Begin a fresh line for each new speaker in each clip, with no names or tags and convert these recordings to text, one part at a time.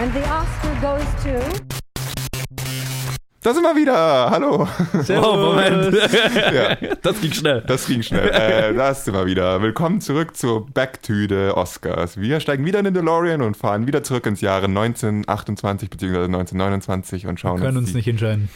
And the Oscar goes to.
Da sind wir wieder. Hallo.
Oh, Moment.
Ja.
Das ging schnell.
Das ging schnell. Äh, da sind wir wieder. Willkommen zurück zur Backtüde Oscars. Wir steigen wieder in den DeLorean und fahren wieder zurück ins Jahre 1928 bzw. 1929 und schauen
Können
uns,
uns
die,
nicht entscheiden.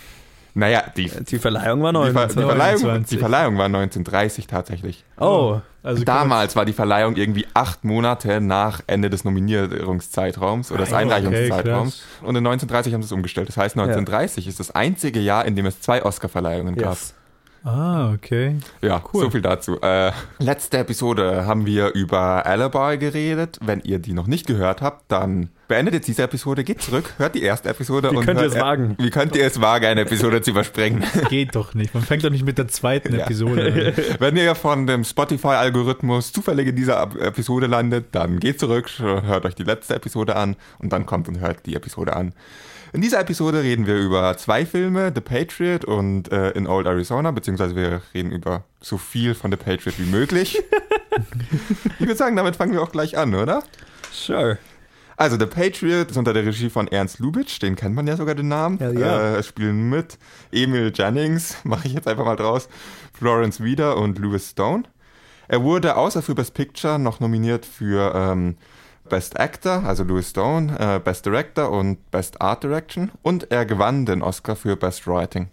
Naja, die, die,
Die Verleihung war
Ver, die,
29.
Verleihung,
29.
die Verleihung war 1930 tatsächlich.
Oh,
Also
Damals war die Verleihung irgendwie acht Monate nach Ende des Nominierungszeitraums oder des
Ah, ja, okay,
Einreichungszeitraums. und in 1930 haben sie es umgestellt. Das heißt, 1930 ist das einzige Jahr, in dem es zwei Oscar-Verleihungen gab.
yes.
Ah, okay.
Ja,
Cool.
so viel dazu. Äh, letzte Episode haben wir über Alibi geredet. Wenn ihr die noch nicht gehört habt, dann beendet jetzt diese Episode, geht zurück, hört die erste Episode.
Wie könnt ihr
hört-
es wagen?
Wie könnt ihr es wagen, eine Episode zu überspringen?
Geht doch nicht. Man fängt doch nicht mit der zweiten
Ja.
Episode an.
Wenn ihr von dem Spotify-Algorithmus zufällig in dieser Ab- Episode landet, dann geht zurück, sch- hört euch die letzte Episode an und dann kommt und hört die Episode an. In dieser Episode reden wir über zwei Filme, The Patriot und äh, In Old Arizona, beziehungsweise wir reden über so viel von The Patriot wie möglich. ich würde sagen, damit fangen wir auch gleich an, oder?
Sure.
Also, The Patriot ist unter der Regie von Ernst Lubitsch, den kennt man ja sogar den Namen.
Ja, ja.
Äh, es spielen mit Emil Jennings, mache ich jetzt einfach mal draus, Florence Wieder und Lewis Stone. Er wurde außer für Best Picture noch nominiert für ähm, Best Actor, also Lewis Stone, äh, Best Director und Best Art Direction und er gewann den Oscar für Best Writing.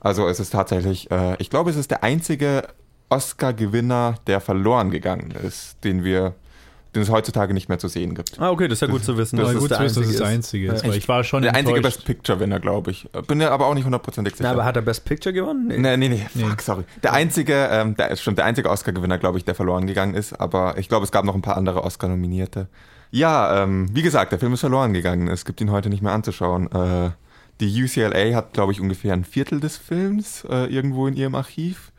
Also es ist tatsächlich, äh, ich glaube, es ist der einzige Oscar-Gewinner, der verloren gegangen ist, den wir, den es heutzutage nicht mehr zu sehen gibt.
Ah, okay, das ist ja gut zu wissen.
Das
dass
ist
es
gut
der
zu wissen, dass es
einzige ist.
das Einzige ist.
Ja.
Weil ich war schon
Der einzige
enttäuscht.
Best Picture Winner, glaube ich. Äh, Bin ja aber auch nicht hundertprozentig sicher.
Na, aber hat er Best Picture gewonnen? Nee.
nee, nee, nee, fuck, sorry. Der einzige, ähm, der ist schon der einzige Oscar-Gewinner, glaube ich, der verloren gegangen ist. Aber ich glaube, es gab noch ein paar andere Oscar-Nominierte. Ja, ähm, wie gesagt, der Film ist verloren gegangen. Es gibt ihn heute nicht mehr anzuschauen. Äh, die UCLA hat, glaube ich, ungefähr ein Viertel des Films äh, irgendwo in ihrem Archiv.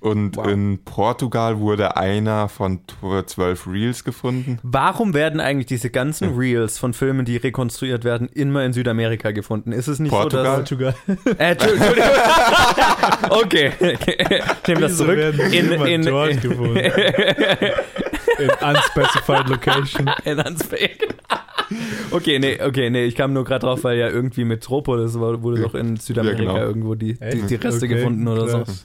Und
Wow.
in Portugal wurde einer von tw- zwölf Reels gefunden.
Warum werden eigentlich diese ganzen Reels von Filmen, die rekonstruiert werden, immer in Südamerika gefunden? Ist es nicht
Portugal.
so, dass... Äh, Entschu- Entschuldigung. okay. Ich nehme das
Wieso
zurück.
werden sie
In,
immer
in,
dort
in,
gefunden? in unspecified location.
in Ansbach. Okay, nee, okay, nee, ich kam nur gerade drauf, weil ja irgendwie Metropolis war- wurde doch in Südamerika
genau.
irgendwo die, die, die
Echt?
Reste
Okay,
gefunden oder so.
krass.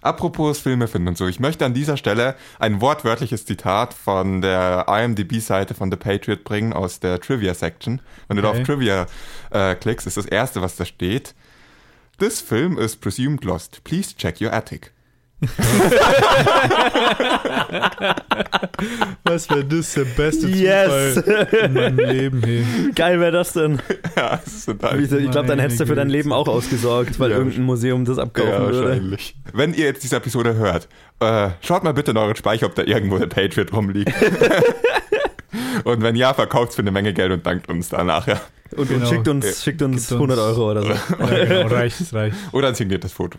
Apropos Filme finden und so. Ich möchte an dieser Stelle ein wortwörtliches Zitat von der IMDb-Seite von The Patriot bringen aus der Trivia-Section. Wenn du da auf
Okay.
Trivia äh, klickst, ist das erste, was da steht. This film is presumed lost. Please check your attic.
Was wäre das der beste
Yes.
Zufall in meinem Leben? Hey.
Geil wäre das denn?
ja, das ist total.
Ich glaube, dann
Meine
hättest du für dein
Güte.
Leben auch ausgesorgt, weil
Ja,
irgendein Museum das abkaufen würde.
Wenn ihr jetzt diese Episode hört, äh, schaut mal bitte in euren Speicher, ob da irgendwo der Patriot rumliegt. und wenn ja, verkauft's für eine Menge Geld und dankt uns danach. Ja.
Und,
Genau.
und schickt uns, schickt uns
Gibt uns-
100 Euro oder so.
Ja, genau, reicht, reicht.
Oder ein signiertes Foto.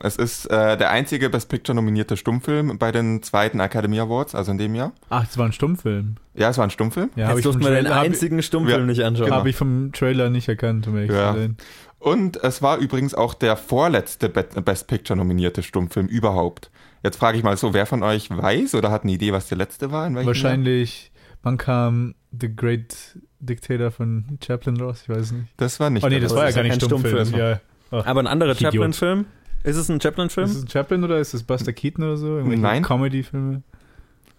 Es ist äh, der einzige Best Picture nominierte Stummfilm bei den zweiten Academy Awards, also in dem Jahr.
Ach, das war ein Stummfilm.
Ja, es war ein Stummfilm.
Ja, hab
Jetzt durften wir
vom
den
Trailer- hab-
einzigen Stummfilm
Ja,
nicht anschauen.
Habe ich vom Trailer nicht erkannt, um ehrlich
Ja.
zu sein.
Und es war übrigens auch der vorletzte Be Best Picture nominierte Stummfilm überhaupt. Jetzt frage ich mal so, wer von euch weiß oder hat eine Idee, was der letzte war? In welchem Jahr?
Wahrscheinlich, wann kam The Great Dictator von Chaplin raus? Ich weiß nicht.
Das war nicht.
oh nee,
der
das
letzte.
war ja
ist
gar
ja
nicht
kein
Stummfilm.
Stummfilm.
Ja.
Aber ein anderer
Idiot.
Chaplin-Film? Ist es ein
Ist
Chaplin-Film?
es Chaplin oder ist es Buster Keaton oder so? Irgendwelche
Nein.
Comedy-Filme?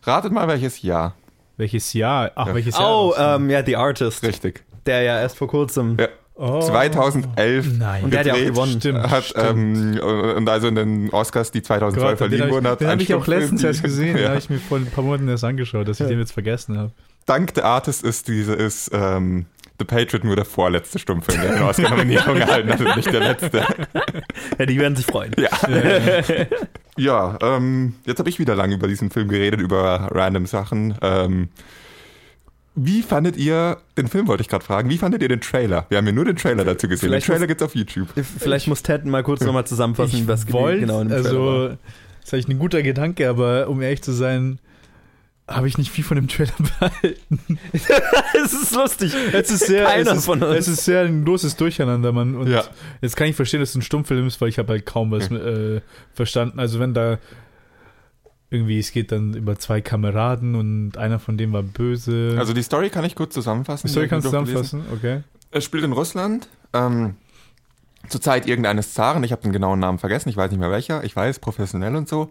Ratet mal, welches Jahr.
Welches Jahr? Ach,
Ja.
welches Jahr?
Oh,
war's denn?
ähm, ja, The Artist.
Richtig.
Der ja erst vor kurzem.
Ja.
oh.
2011
Nein.
Und der hat ja auch
Gedreht,
gewonnen.
Stimmt,
hat
stimmt.
ähm, und also in den Oscars, die 2012
Gott, den
verliehen wurden,
habe
hat
ich, den
ein
hab ich auch
Stummfilm
letztens
die-
erst gesehen. Den
Ja.
habe ich mir vor ein paar Monaten erst angeschaut, dass ich den jetzt vergessen habe.
Dank der Artist ist diese ist ähm, The Patriot nur der vorletzte Stummfilm, der eine Oscar-Nominierung erhalten hat und nicht der letzte.
Ja, die werden sich freuen.
Ja, ähm, jetzt habe ich wieder lange über diesen Film geredet, über random Sachen. Ähm, wie fandet ihr den Film, wollte ich gerade fragen, wie fandet ihr den Trailer? Wir haben ja nur den Trailer dazu gesehen.
Vielleicht
den Trailer
muss-
gibt's auf YouTube.
Vielleicht muss Ted mal kurz nochmal zusammenfassen,
ich
was
wollt,
genau in dem Trailer war.
also, das ist eigentlich ein guter Gedanke, aber um ehrlich zu sein, habe ich nicht viel von dem Trailer behalten.
Es ist lustig.
Es ist sehr,
Keiner
es ist,
von uns.
Es ist sehr ein großes Durcheinander, Mann. Und
Ja.
jetzt kann ich verstehen, dass es ein Stummfilm ist, weil ich habe halt kaum was äh, verstanden. Also wenn da irgendwie, es geht dann über zwei Kameraden und einer von denen war böse.
Also die Story kann ich kurz zusammenfassen.
die Story
Ich
kannst du
hab die durchgelesen.
zusammenfassen, okay.
Es äh, spielt in Russland. Ähm, zur Zeit irgendeines Zaren, ich habe den genauen Namen vergessen, ich weiß nicht mehr welcher, ich weiß, professionell und so,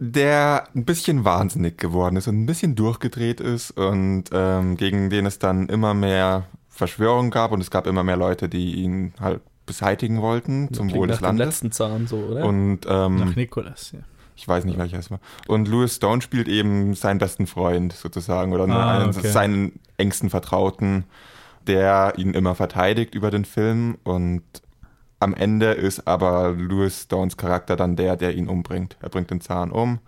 der ein bisschen wahnsinnig geworden ist und ein bisschen durchgedreht ist und ähm, gegen den es dann immer mehr Verschwörung gab und es gab immer mehr Leute, die ihn halt beseitigen wollten zum
Klingt
Wohl
nach
des
dem
Landes.
letzten ne? Zahn so, oder?
Und ähm,
Nach Nikolas, ja.
ich weiß nicht, welcher es war. Und Louis Stone spielt eben seinen besten Freund sozusagen oder
Ah,
einen,
okay.
seinen engsten Vertrauten, der ihn immer verteidigt über den Film. Und am Ende ist aber Louis Stones Charakter dann der, der ihn umbringt. Er bringt den Zahn um.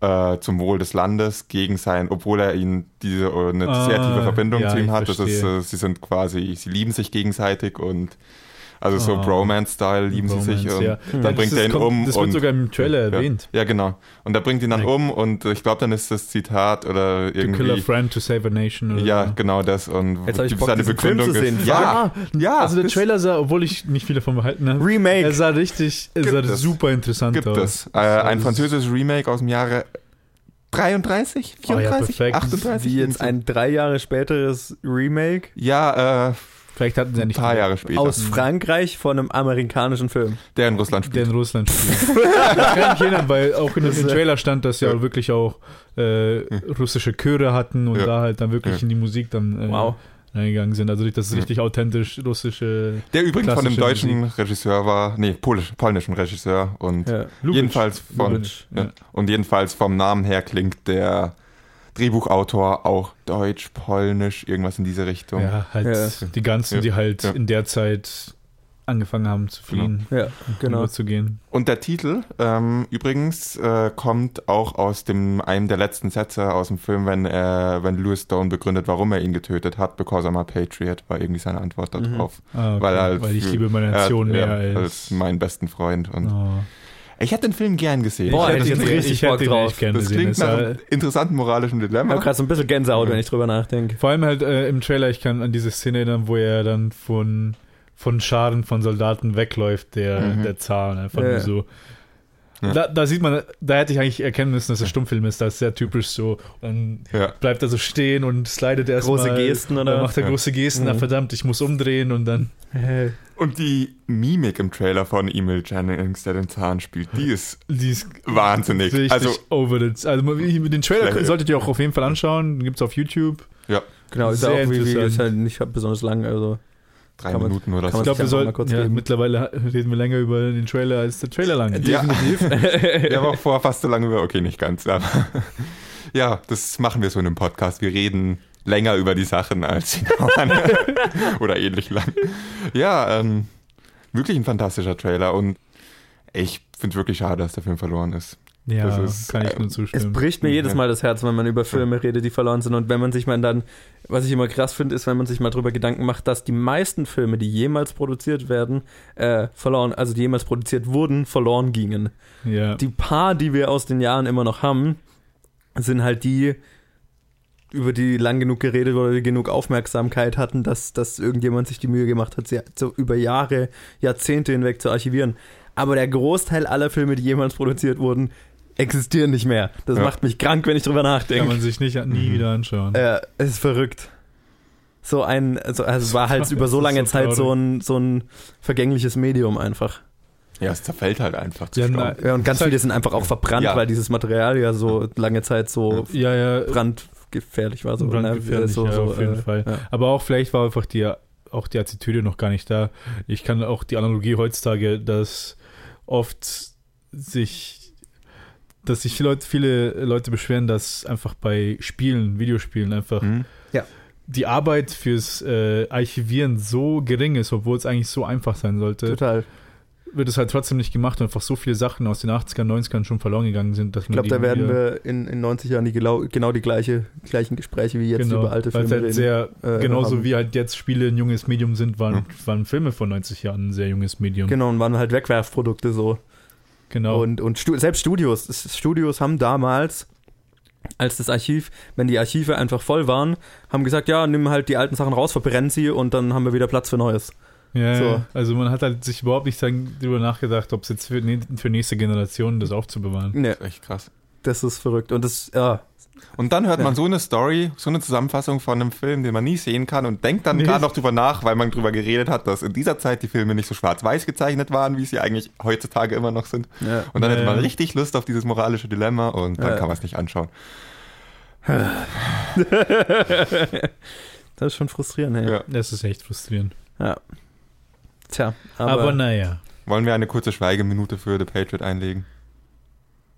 Äh, zum Wohl des Landes gegen sein, obwohl er ihn diese äh, eine
Ah,
sehr tiefe Verbindung
ja,
zu ihm
ich
hat. Das ist,
verstehe.
äh, sie sind quasi, sie lieben sich gegenseitig und also so
Ah.
Bromance-Style lieben sie sich
Romance,
und
ja.
dann
Ja, das
bringt
ist-
er ihn
kommt-
um.
Das
und
wird sogar im Trailer erwähnt.
ja, genau. Und da bringt ihn dann
Ja.
um und ich glaube, dann ist das Zitat oder
To kill a
irgendwie.
friend to save a nation. Oder
Ja,
so.
genau das. Und
Jetzt hab ich
gibt
Bock,
seine
diesen Film
Begründung
zu
ist-
sehen.
Ja, ja.
Also der
das
Trailer sah, obwohl ich nicht viel davon behalten habe,
Remake.
er sah richtig, er
Gibt
sah
es.
super interessant
gibt
aus. Also
es. Äh,
Also
ein
ist-
französisches Remake aus dem Jahre 33,
Oh ja,
34,
perfekt.
38.
Wie
irgendwie
jetzt ein drei Jahre späteres Remake
so. ja, äh,
Vielleicht hatten sie ja
ein
nicht
paar
den-
Jahre später.
aus Frankreich von einem amerikanischen Film.
der in Russland
der
spielt.
in Russland spielt. ich kann mich erinnern, weil auch in dem
Das, äh,
Trailer stand, dass sie
ja.
ja wirklich auch äh, russische Chöre hatten und
Ja.
da halt dann wirklich
Ja.
in die Musik dann äh,
Wow.
reingegangen sind. Also das ist
Mhm.
richtig authentisch russische.
Der, übrigens von einem
klassische
deutschen Regisseur war, nee, polisch, polnischen Regisseur und
Ja.
jedenfalls von
Lubitsch,
Ja.
ja.
Und jedenfalls vom Namen her klingt der Drehbuchautor auch deutsch, polnisch, irgendwas in diese Richtung.
Ja, halt
Ja.
die ganzen,
Ja.
die halt
Ja.
in der Zeit angefangen haben zu
Genau.
fliehen,
Ja, genau.
zu gehen.
Und der Titel ähm, übrigens äh, kommt auch aus dem einem der letzten Sätze aus dem Film, wenn äh, wenn Louis Stone begründet, warum er ihn getötet hat, because I'm a patriot, war irgendwie seine Antwort
Mhm.
darauf.
Ah, okay.
Weil halt-
ich liebe meine Nation
Äh,
mehr
ja,
als.
als meinen besten Freund. Und
Oh.
ich hätte den Film gern gesehen. ich
Boah, hätte
hätte
ich
ihn-
jetzt
den-
richtig
ich hätte
Bock
den
drauf.
echt gern
das
gesehen.
klingt
Es
nach
war-
einem interessanten moralischen
Ich habe
Dilemma.
gerade so ein bisschen Gänsehaut, wenn ich drüber nachdenke.
Vor allem halt äh, im Trailer, ich kann an diese Szene erinnern, wo er dann von, von Scharen von Soldaten wegläuft, der,
Mhm.
der Zar. ne? Einfach
Ja.
nur so.
Ja.
Da, da sieht man, da hätte ich eigentlich erkennen müssen, dass es Stummfilm ist. Da ist sehr typisch so. Und
Ja.
bleibt er so stehen und slidet erstmal.
Große Gesten
Dann
oder
macht er
Ja.
große Gesten.
Mhm.
Na verdammt, ich muss umdrehen und dann.
Und die Mimik im Trailer von Emil Jennings, der den Zahn spielt, die ist
Die ist
wahnsinnig.
richtig
also
over the. Also man- den Trailer
Vielleicht-
solltet ihr auch auf jeden Fall anschauen. Den gibt's auf YouTube.
Genau, ist ja auch wie,
Sehr
wie
interessant.
ist halt nicht besonders lang, also
drei
kann man-
Minuten oder so.
kann
Ich
man-
glaube,
sich einfach
wir
mal
sollten.
kurz
Ja,
geben.
mittlerweile reden wir länger über den Trailer als der Trailer lang. ist.
Ja, der
ja,
war auch vorher fast so lange über. Okay, nicht ganz, aber ja, das machen wir so in einem Podcast. Wir reden länger über die Sachen als die dauern. oder ähnlich lang. Ja, ähm, wirklich ein fantastischer Trailer und ich finde es wirklich schade, dass der Film verloren ist.
Ja,
Das ist,
kann ich
ähm,
nur
äh, es
zustimmen.
bricht mir jedes
Ja.
Mal das Herz, wenn man über Filme redet, die verloren sind. Und wenn man sich mal dann, was ich immer krass finde, ist, wenn man sich mal drüber Gedanken macht, dass die meisten Filme, die jemals produziert werden, äh, verloren, also die jemals produziert wurden, verloren gingen.
Ja.
die paar, die wir aus den Jahren immer noch haben, sind halt die, über die lang genug geredet wurde, die genug Aufmerksamkeit hatten, dass, dass irgendjemand sich die Mühe gemacht hat, sie so über Jahre, Jahrzehnte hinweg zu archivieren. Aber der Großteil aller Filme, die jemals produziert wurden, existieren nicht mehr. Das
Ja.
macht mich krank, wenn ich drüber
Kann
nachdenke.
man sich nicht nie
Mhm.
wieder anschauen.
Äh, es ist verrückt. So ein, also, also es war halt über so
Das ist
lange
so
Zeit so
traurig.
ein, so ein vergängliches Medium einfach.
Ja, es zerfällt halt einfach zu
Ja,
Staub.
nein.
Ja, ne. und ganz
Zeig-
viele sind einfach auch verbrannt,
Ja.
weil dieses Material ja so lange Zeit so
ja, ja.
brandgefährlich war. So, ne?
Brandgefährlich,
so,
ja,
so,
auf jeden
äh,
Fall.
ja.
Aber auch vielleicht war einfach die, auch die Attitüde noch gar nicht da. Ich kann auch die Analogie heutzutage, dass oft sich, dass sich viele Leute, viele Leute beschweren, dass einfach bei Spielen, Videospielen
Mhm.
einfach
Hm?
die Arbeit fürs äh, Archivieren so gering ist, obwohl es eigentlich so einfach sein sollte,
Total.
wird es halt trotzdem nicht gemacht und einfach so viele Sachen aus den 80ern, 90ern schon verloren gegangen sind, dass
Ich glaube, da werden wir in, in 90 Jahren die genau, genau die gleiche, gleichen Gespräche wie jetzt
genau,
über alte Filme
weil's halt
reden.
sehr
äh, haben.
Genauso wie halt jetzt Spiele ein junges Medium sind, waren, waren Filme vor 90 Jahren ein sehr junges Medium.
Genau, und waren halt Wegwerfprodukte so.
Genau.
Und, und Stu selbst Studios. S- Studios haben damals, als das Archiv, wenn die Archive einfach voll waren, haben gesagt, ja, nimm halt die alten Sachen raus, verbrenn sie und dann haben wir wieder Platz für Neues.
ja,
so.
ja. Also man hat halt sich überhaupt nicht sagen- darüber nachgedacht, ob es jetzt für, für nächste Generationen das aufzubewahren.
Nee.
Echt krass.
Das ist verrückt. Und das, ja.
Und dann hört man so eine Story, so eine Zusammenfassung von einem Film, den man nie sehen kann und denkt dann
Nee.
gerade noch drüber nach, weil man drüber geredet hat, dass in dieser Zeit die Filme nicht so schwarz-weiß gezeichnet waren, wie sie eigentlich heutzutage immer noch sind.
ja.
Und dann hätte man
Ja.
richtig Lust auf dieses moralische Dilemma und dann
Ja.
kann man es nicht anschauen.
Das ist schon frustrierend, ey.
Ja.
Das ist echt frustrierend.
Tja, aber,
Aber, naja.
Wollen wir eine kurze Schweigeminute für The Patriot einlegen?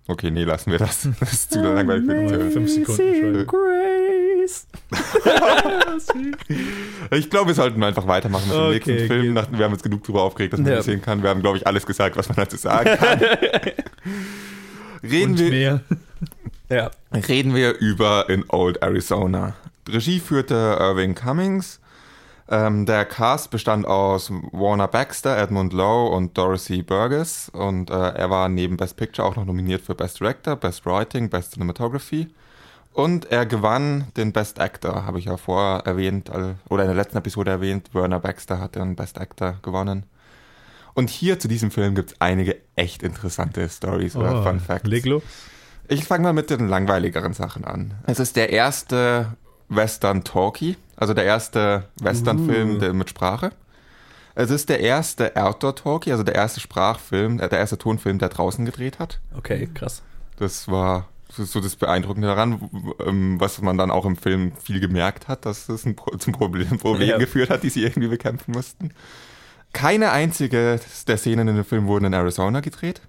Okay, nee, lassen wir das. Das ist zu
Oh,
langweilig für den Film.
Fünf Sekunden
Amazing Grace.
Ich glaube, wir sollten einfach weitermachen mit dem
Okay,
nächsten Film. Nach, wir haben uns genug drüber aufgeregt, dass man
Ja.
nicht sehen kann. Wir haben, glaube ich, alles gesagt, was man dazu sagen kann. reden,
Und
wir,
mehr.
Ja.
reden wir über In Old Arizona. Regie führte Irving Cummings. Ähm, der Cast bestand aus Warner Baxter, Edmund Lowe und Dorothy Burgess. Und äh, er war neben Best Picture auch noch nominiert für Best Director, Best Writing, Best Cinematography. Und er gewann den Best Actor, habe ich ja vorher erwähnt, also- oder in der letzten Episode erwähnt. Werner Baxter hat den Best Actor gewonnen. Und hier zu diesem Film gibt es einige echt interessante Stories
Oh,
oder Fun Facts.
leg los.
Ich fange mal mit den langweiligeren Sachen an. Es ist der erste Western Talkie, also der erste Western-Film der- mit Sprache. Es ist der erste Outdoor Talkie, also der erste Sprachfilm, äh, der erste Tonfilm, der draußen gedreht hat.
Okay, krass.
Das war das ist so das Beeindruckende daran, w- w- ähm, was man dann auch im Film viel gemerkt hat, dass es ein Pro zum Problem, Problem
Ja.
geführt hat, die sie irgendwie bekämpfen mussten. Keine einzige der Szenen in dem Film wurden in Arizona gedreht.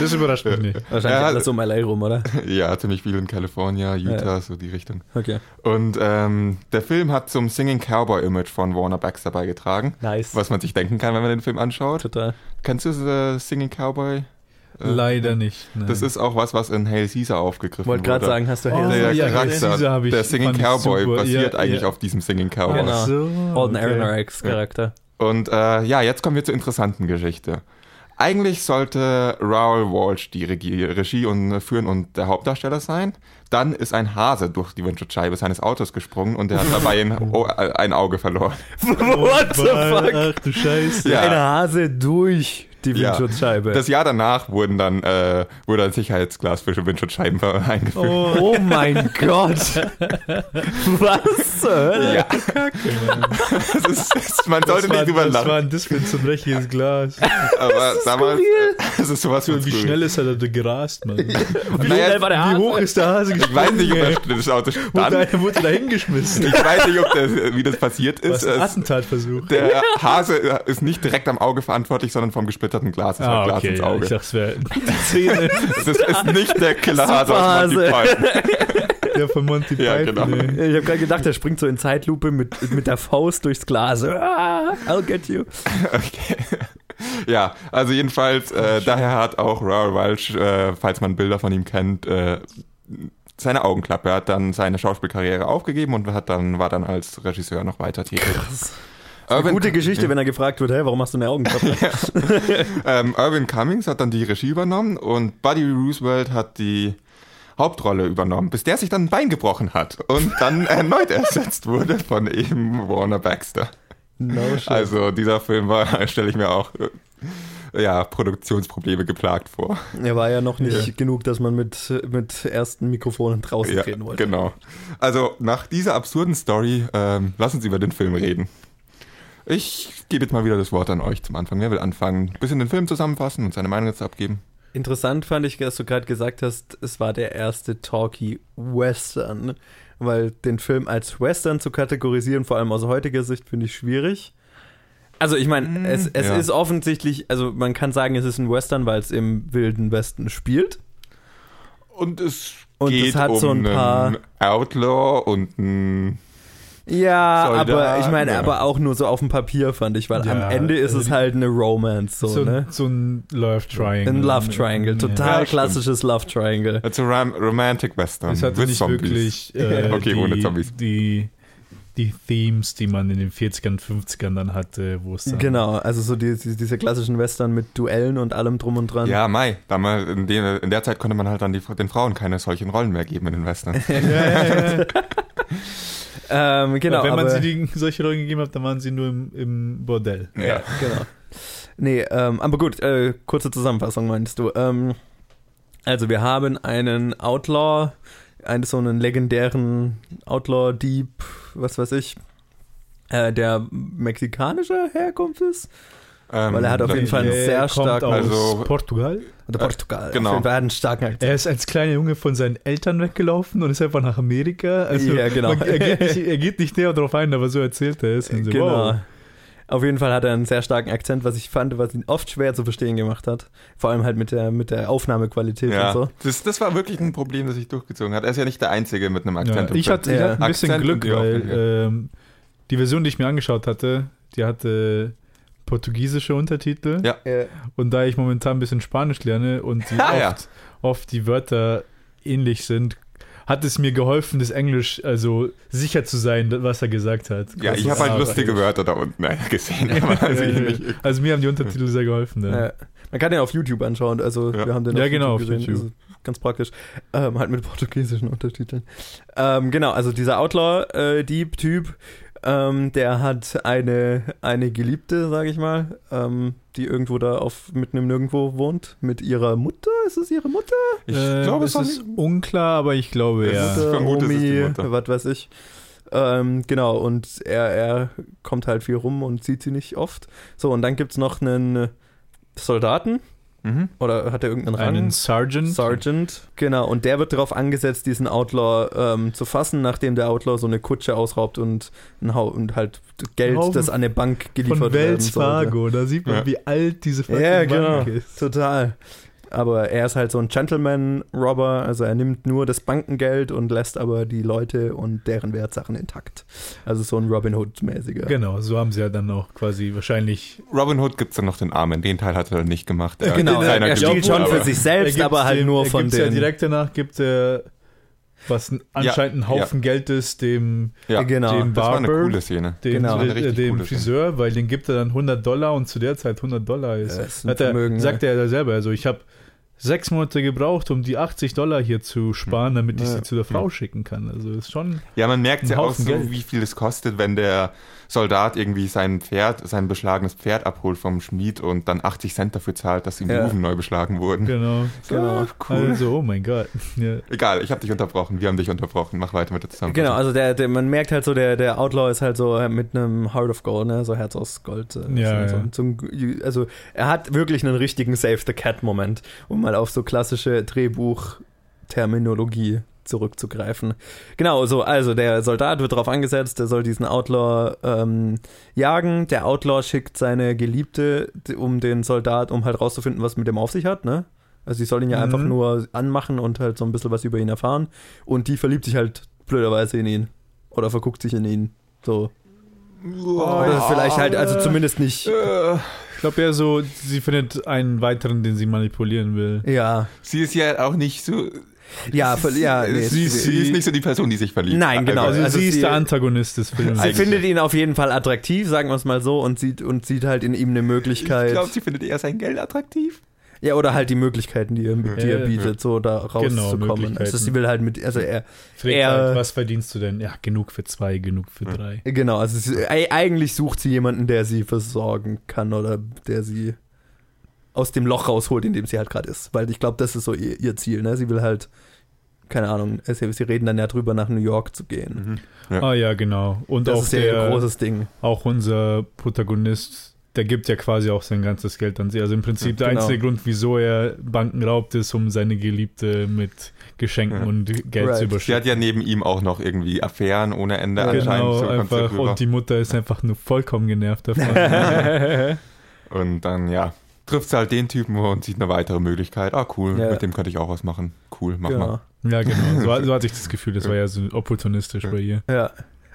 Das überrascht mich nicht.
Wahrscheinlich
Ja, halt
alles um LA rum, oder?
Ja, ziemlich viel in California, Utah, so die Richtung.
Okay.
Und ähm, der Film hat zum Singing Cowboy Image von Warner Baxter beigetragen,
Nice.
was man sich denken kann, wenn man den Film anschaut.
Total.
Kennst du The Singing Cowboy? Äh,
Leider nicht. Nein.
Das ist auch was, was in Hail Caesar aufgegriffen
Wollte
wurde.
gerade sagen, hast du
Oh,
Hail-
der
ja, Hail Caesar
Charakter,
hab ich-
der Singing
fand ich
Cowboy,
super.
basiert
Ja,
eigentlich
ja.
auf diesem Singing
Ach
Cowboy.
Genau.
so,
Alden
okay.
Ehrenreichs Charakter.
Und äh, ja, jetzt kommen wir zur interessanten Geschichte. Eigentlich sollte Raoul Walsh die Regie, Regie und, äh, führen und der Hauptdarsteller sein. Dann ist ein Hase durch die Windschutzscheibe seines Autos gesprungen und er hat dabei ein, oh, ein Auge verloren.
What the fuck?
Ach du Scheiße.
Ja.
Eine Hase durch die
Ja.
Windschutzscheibe.
Das Jahr danach wurden dann, äh, wurde ein Sicherheitsglas für Windschutzscheiben ver- eingeführt.
Oh mein Gott. Was zur Hölle?
Ja. Das ist, das, man
Oh, Das
sollte
war,
nicht drüber
das war
lachen,
ein Display zerbrechiges Glas.
aber damals, das ist sowas
Wie
skurril.
schnell ist er da gerast, Mann?
Wie
Naja,
schnell war der
Wie
Hase?
hoch ist der Hase
Ich weiß nicht, ob
gesprungen,
das, das Auto
ey? Und
stand.
einer wurde da hingeschmissen.
Ich weiß nicht, ob das, wie das passiert
Was
ist.
ein
Es,
Attentatversuch.
der Hase ist nicht direkt am Auge verantwortlich, sondern vom gesplitterten Glas. Es war Glas ins
Ah, ja,
Auge.
ich dachte, es wäre die Szene
das ist nicht der Killerhase aus Monty Python.
der von Monty Python.
Ja, genau.
ey.
Ich habe gerade gedacht, der springt so in Zeitlupe mit, mit der Faust durchs Glas. Ah, I'll get you.
Okay. Ja, also jedenfalls, äh, daher hat auch Raoul Walsh, äh, falls man Bilder von ihm kennt, äh, seine Augenklappe. Er hat dann seine Schauspielkarriere aufgegeben und hat dann, war dann als Regisseur noch weiter tätig.
Krass. Gute Geschichte, wenn er gefragt wird, hey, warum hast du eine Augenklappe?
Ähm, Irvin Cummings hat dann die Regie übernommen und Buddy Roosevelt hat die Hauptrolle übernommen, bis der sich dann ein Bein gebrochen hat und dann erneut ersetzt wurde von eben Warner Baxter.
No shit.
Also dieser Film war, stelle ich mir auch, äh, ja, Produktionsprobleme geplagt vor.
Er war ja noch nicht genug, dass man mit, mit ersten Mikrofonen draußen
Ja,
treten wollte.
genau. Also nach dieser absurden Story, ähm, lass uns über den Film reden. Ich gebe jetzt mal wieder das Wort an euch zum Anfang. Wer will anfangen? Ein bisschen den Film zusammenfassen und seine Meinung dazu abgeben.
Interessant fand ich, dass du gerade gesagt hast, es war der erste Talkie Western, weil den Film als Western zu kategorisieren, vor allem aus heutiger Sicht, finde ich schwierig. Also ich meine, es, es
ja.
ist offensichtlich, also man kann sagen, es ist ein Western, weil es im Wilden Westen spielt.
Und es
Und
geht
es hat
um
so ein paar-
einen Outlaw und ein
Ja,
Soldaten,
aber ich meine,
ja.
aber auch nur so auf dem Papier fand ich, weil
Ja,
am Ende ist
also
es
die-
halt eine Romance, so,
So,
ne?
so ein Love Triangle.
Ein Love Triangle, total
Ja, stimmt.
klassisches Love Triangle.
it's a rom romantic western.
Es hatte
with
nicht
Zombies.
wirklich äh,
Okay,
die,
ohne Zombies.
Die, die Themes, die man in den 40ern, 50ern dann hatte, wo es dann
Genau, also so die, die, diese klassischen Western mit Duellen und allem drum und dran.
Ja, Mai. Damals, in, der- in der Zeit konnte man halt dann die, den Frauen keine solchen Rollen mehr geben in den Western.
Ähm, genau,
Wenn man
aber,
sie die, solche Rollen gegeben hat, dann waren sie nur im, im Bordell.
ja, genau. Nee, ähm, aber gut, äh, kurze Zusammenfassung meinst du. Ähm, Also wir haben einen Outlaw, einen so einen legendären Outlaw Dieb, was weiß ich, äh, der mexikanischer Herkunft ist,
Ähm,
weil er hat auf
da-
jeden Fall einen
Er
sehr
kommt
starken
aus
Also-
Portugal.
oder Portugal.
genau.
Auf jeden Fall hat einen starken Akzent.
Er ist als kleiner Junge von seinen Eltern weggelaufen und ist einfach nach Amerika. Also
Ja, genau.
man, er, geht nicht, er geht nicht näher drauf ein, aber so erzählt er es. Und so,
Genau.
wow.
Auf jeden Fall hat er einen sehr starken Akzent, was ich fand, was ihn oft schwer zu verstehen gemacht hat. Vor allem halt mit der mit der Aufnahmequalität
ja.
und so.
das, das war wirklich ein Problem, das ich durchgezogen hat. Er ist ja nicht der Einzige mit einem Akzent.
Ja, ich hatte, ich
Ja.
hatte ein bisschen
Akzent und
Glück,
die
weil
Aufmerksamkeit.
ähm, die Version, die ich mir angeschaut hatte, die hatte portugiesische Untertitel.
Ja.
Und da ich momentan ein bisschen Spanisch lerne und die
Ah, ja.
oft, oft die Wörter ähnlich sind, hat es mir geholfen, das Englisch also sicher zu sein, was er gesagt hat.
ja,
Das
ich
ist
habe halt
aber-
lustige Wörter da unten äh, gesehen. Aber also
Äh,
ich nicht.
Also mir haben die Untertitel sehr geholfen. Dann.
Ja. Äh, Man kann den auf YouTube anschauen, also
Ja.
wir haben den
Ja,
auf
genau, auf
YouTube gesehen,
YouTube.
Also ganz praktisch. Ähm, halt mit portugiesischen Untertiteln. Ähm, genau, also dieser Outlaw-Dieb-Typ, ähm, der hat eine, eine Geliebte, sage ich mal, ähm, die irgendwo da auf mitten im Nirgendwo wohnt, mit ihrer Mutter, ist es ihre Mutter?
Ich
äh,
Ähm,
glaube,
es
es war
ist unklar, aber ich glaube
Es
ja.
ist-
Mutter,
vermute, es ist die
Omi,
Mutter.
was weiß ich. Ähm, genau, und er, er kommt halt viel rum und sieht sie nicht oft. So, und dann gibt's noch einen Soldaten,
Mhm.
oder hat er irgendeinen Rang?
einen Sergeant.
Sergeant. Genau, und der wird darauf angesetzt, diesen Outlaw ähm, zu fassen, nachdem der Outlaw so eine Kutsche ausraubt und, ein Hau und halt Geld,
Haufen
das an eine Bank geliefert
von Wells
werden sollte.
Fargo. Da sieht man,
Ja.
wie alt diese fucking
Ja,
Bank
genau.
ist.
Total. Aber er ist halt so ein Gentleman-Robber, also er nimmt nur das Bankengeld und lässt aber die Leute und deren Wertsachen intakt. Also so ein Robin Hood-mäßiger.
Genau, so haben sie ja dann auch quasi wahrscheinlich.
Robin Hood gibt es dann noch den Armen. Den Teil hat er nicht gemacht. Er-
Genau,
seiner
er
Geliebten,
stiehlt schon
aber-
für sich selbst,
Er
aber
gibt's
halt
dem-
nur
er
von
gibt's ja
den.
direkt danach gibt er, was n- anscheinend ein Haufen Geld ist, dem,
Ja,
genau.
dem
das war eine
Barber.
coole Szene.
dem,
Genau.
Das war eine
äh,
richtig
dem
coole Szene.
Friseur, weil den gibt er dann 100 Dollar und zu der Zeit 100 Dollar ist.
Ja, ist ein
hat er,
Vermögen,
sagt er ja selber, also ich habe sechs Monate gebraucht, um die 80 Dollar hier zu
Hm.
sparen, damit ich
Ja.
sie zu der Frau schicken kann. Also ist schon
Ja, man merkt
Ein
ja auch
Haufen
so,
Geld.
wie viel es kostet, wenn der Soldat irgendwie sein Pferd, sein beschlagenes Pferd abholt vom Schmied und dann 80 Cent dafür zahlt, dass ihm die
Ja.
Hufen neu beschlagen wurden.
genau.
Genau.
cool.
Also, oh mein Gott. Ja.
Egal, ich habe dich unterbrochen, wir haben dich unterbrochen. Mach weiter mit der Zusammenfassung.
Genau, also der, der, man merkt halt so, der, der Outlaw ist halt so mit einem Heart of Gold, ne? so Herz aus Gold. äh,
Ja,
so,
ja.
So, ein- also er hat wirklich einen richtigen Save the Cat-Moment, um mal auf so klassische Drehbuch-Terminologie zurückzugreifen. Genau, so, also der Soldat wird drauf angesetzt, der soll diesen Outlaw ähm, jagen. Der Outlaw schickt seine Geliebte, d- um den Soldat, um halt rauszufinden, was mit dem auf sich hat, ne? Also sie soll ihn ja
Mhm.
einfach nur anmachen und halt so ein bisschen was über ihn erfahren. Und die verliebt sich halt blöderweise in ihn. Oder verguckt sich in ihn. So. Genau.
Oh,
Oder vielleicht halt, also zumindest nicht.
Äh,
Ich glaube eher so, sie findet einen weiteren, den sie manipulieren will.
Äh.
Ja.
Sie ist ja auch nicht so.
Ja, ver- Ah, ja nee,
sie, sie,
sie,
ist nicht so die Person, die sich verliebt.
Nein, genau.
Also,
Also
sie ist
sie-
der Antagonist des Films. Also
sie
Eigentlich-
findet ihn auf jeden Fall attraktiv, sagen wir es mal so, und sieht, und sieht halt in ihm eine
ich
Möglichkeit.
glaube, sie findet eher sein Geld attraktiv.
Ja, oder halt die Möglichkeiten, die er, die er
Ja, Genau,
bietet, so da rauszukommen. also sie
Möglichkeiten.
will halt mit, also er,
Fragt
Er-
halt, was verdienst du denn? Ja, genug für zwei, genug für drei.
genau, also sie, ei- eigentlich sucht sie jemanden, der sie versorgen kann oder der sie aus dem Loch rausholt, in dem sie halt gerade ist. Weil ich glaube, das ist so ihr, ihr Ziel, ne? Sie will halt, keine Ahnung, sie, sie reden dann ja drüber, nach New York zu gehen.
Ja.
Ah ja, genau. Und
Das
auch,
ist ja ihr
der,
großes Ding.
auch unser Protagonist, der gibt ja quasi auch sein ganzes Geld an sie. Also im Prinzip der
Genau.
einzige Grund, wieso er Banken raubt, ist, um seine Geliebte mit Geschenken
Ja.
und Geld
Right.
zu
Sie hat
überschütten.
ja neben ihm auch noch irgendwie Affären ohne Ende
Ja.
anscheinend.
Genau,
so kommt's
einfach.
darüber.
Und die Mutter ist einfach nur vollkommen genervt davon.
Und dann, ja, trifft sie halt den Typen und sieht eine weitere Möglichkeit. Ah, cool,
Ja.
mit dem könnte ich auch was machen. Cool, mach mal.
Genau.
ja, genau. So, so hatte ich das Gefühl, das war ja so opportunistisch bei ihr.
Ja.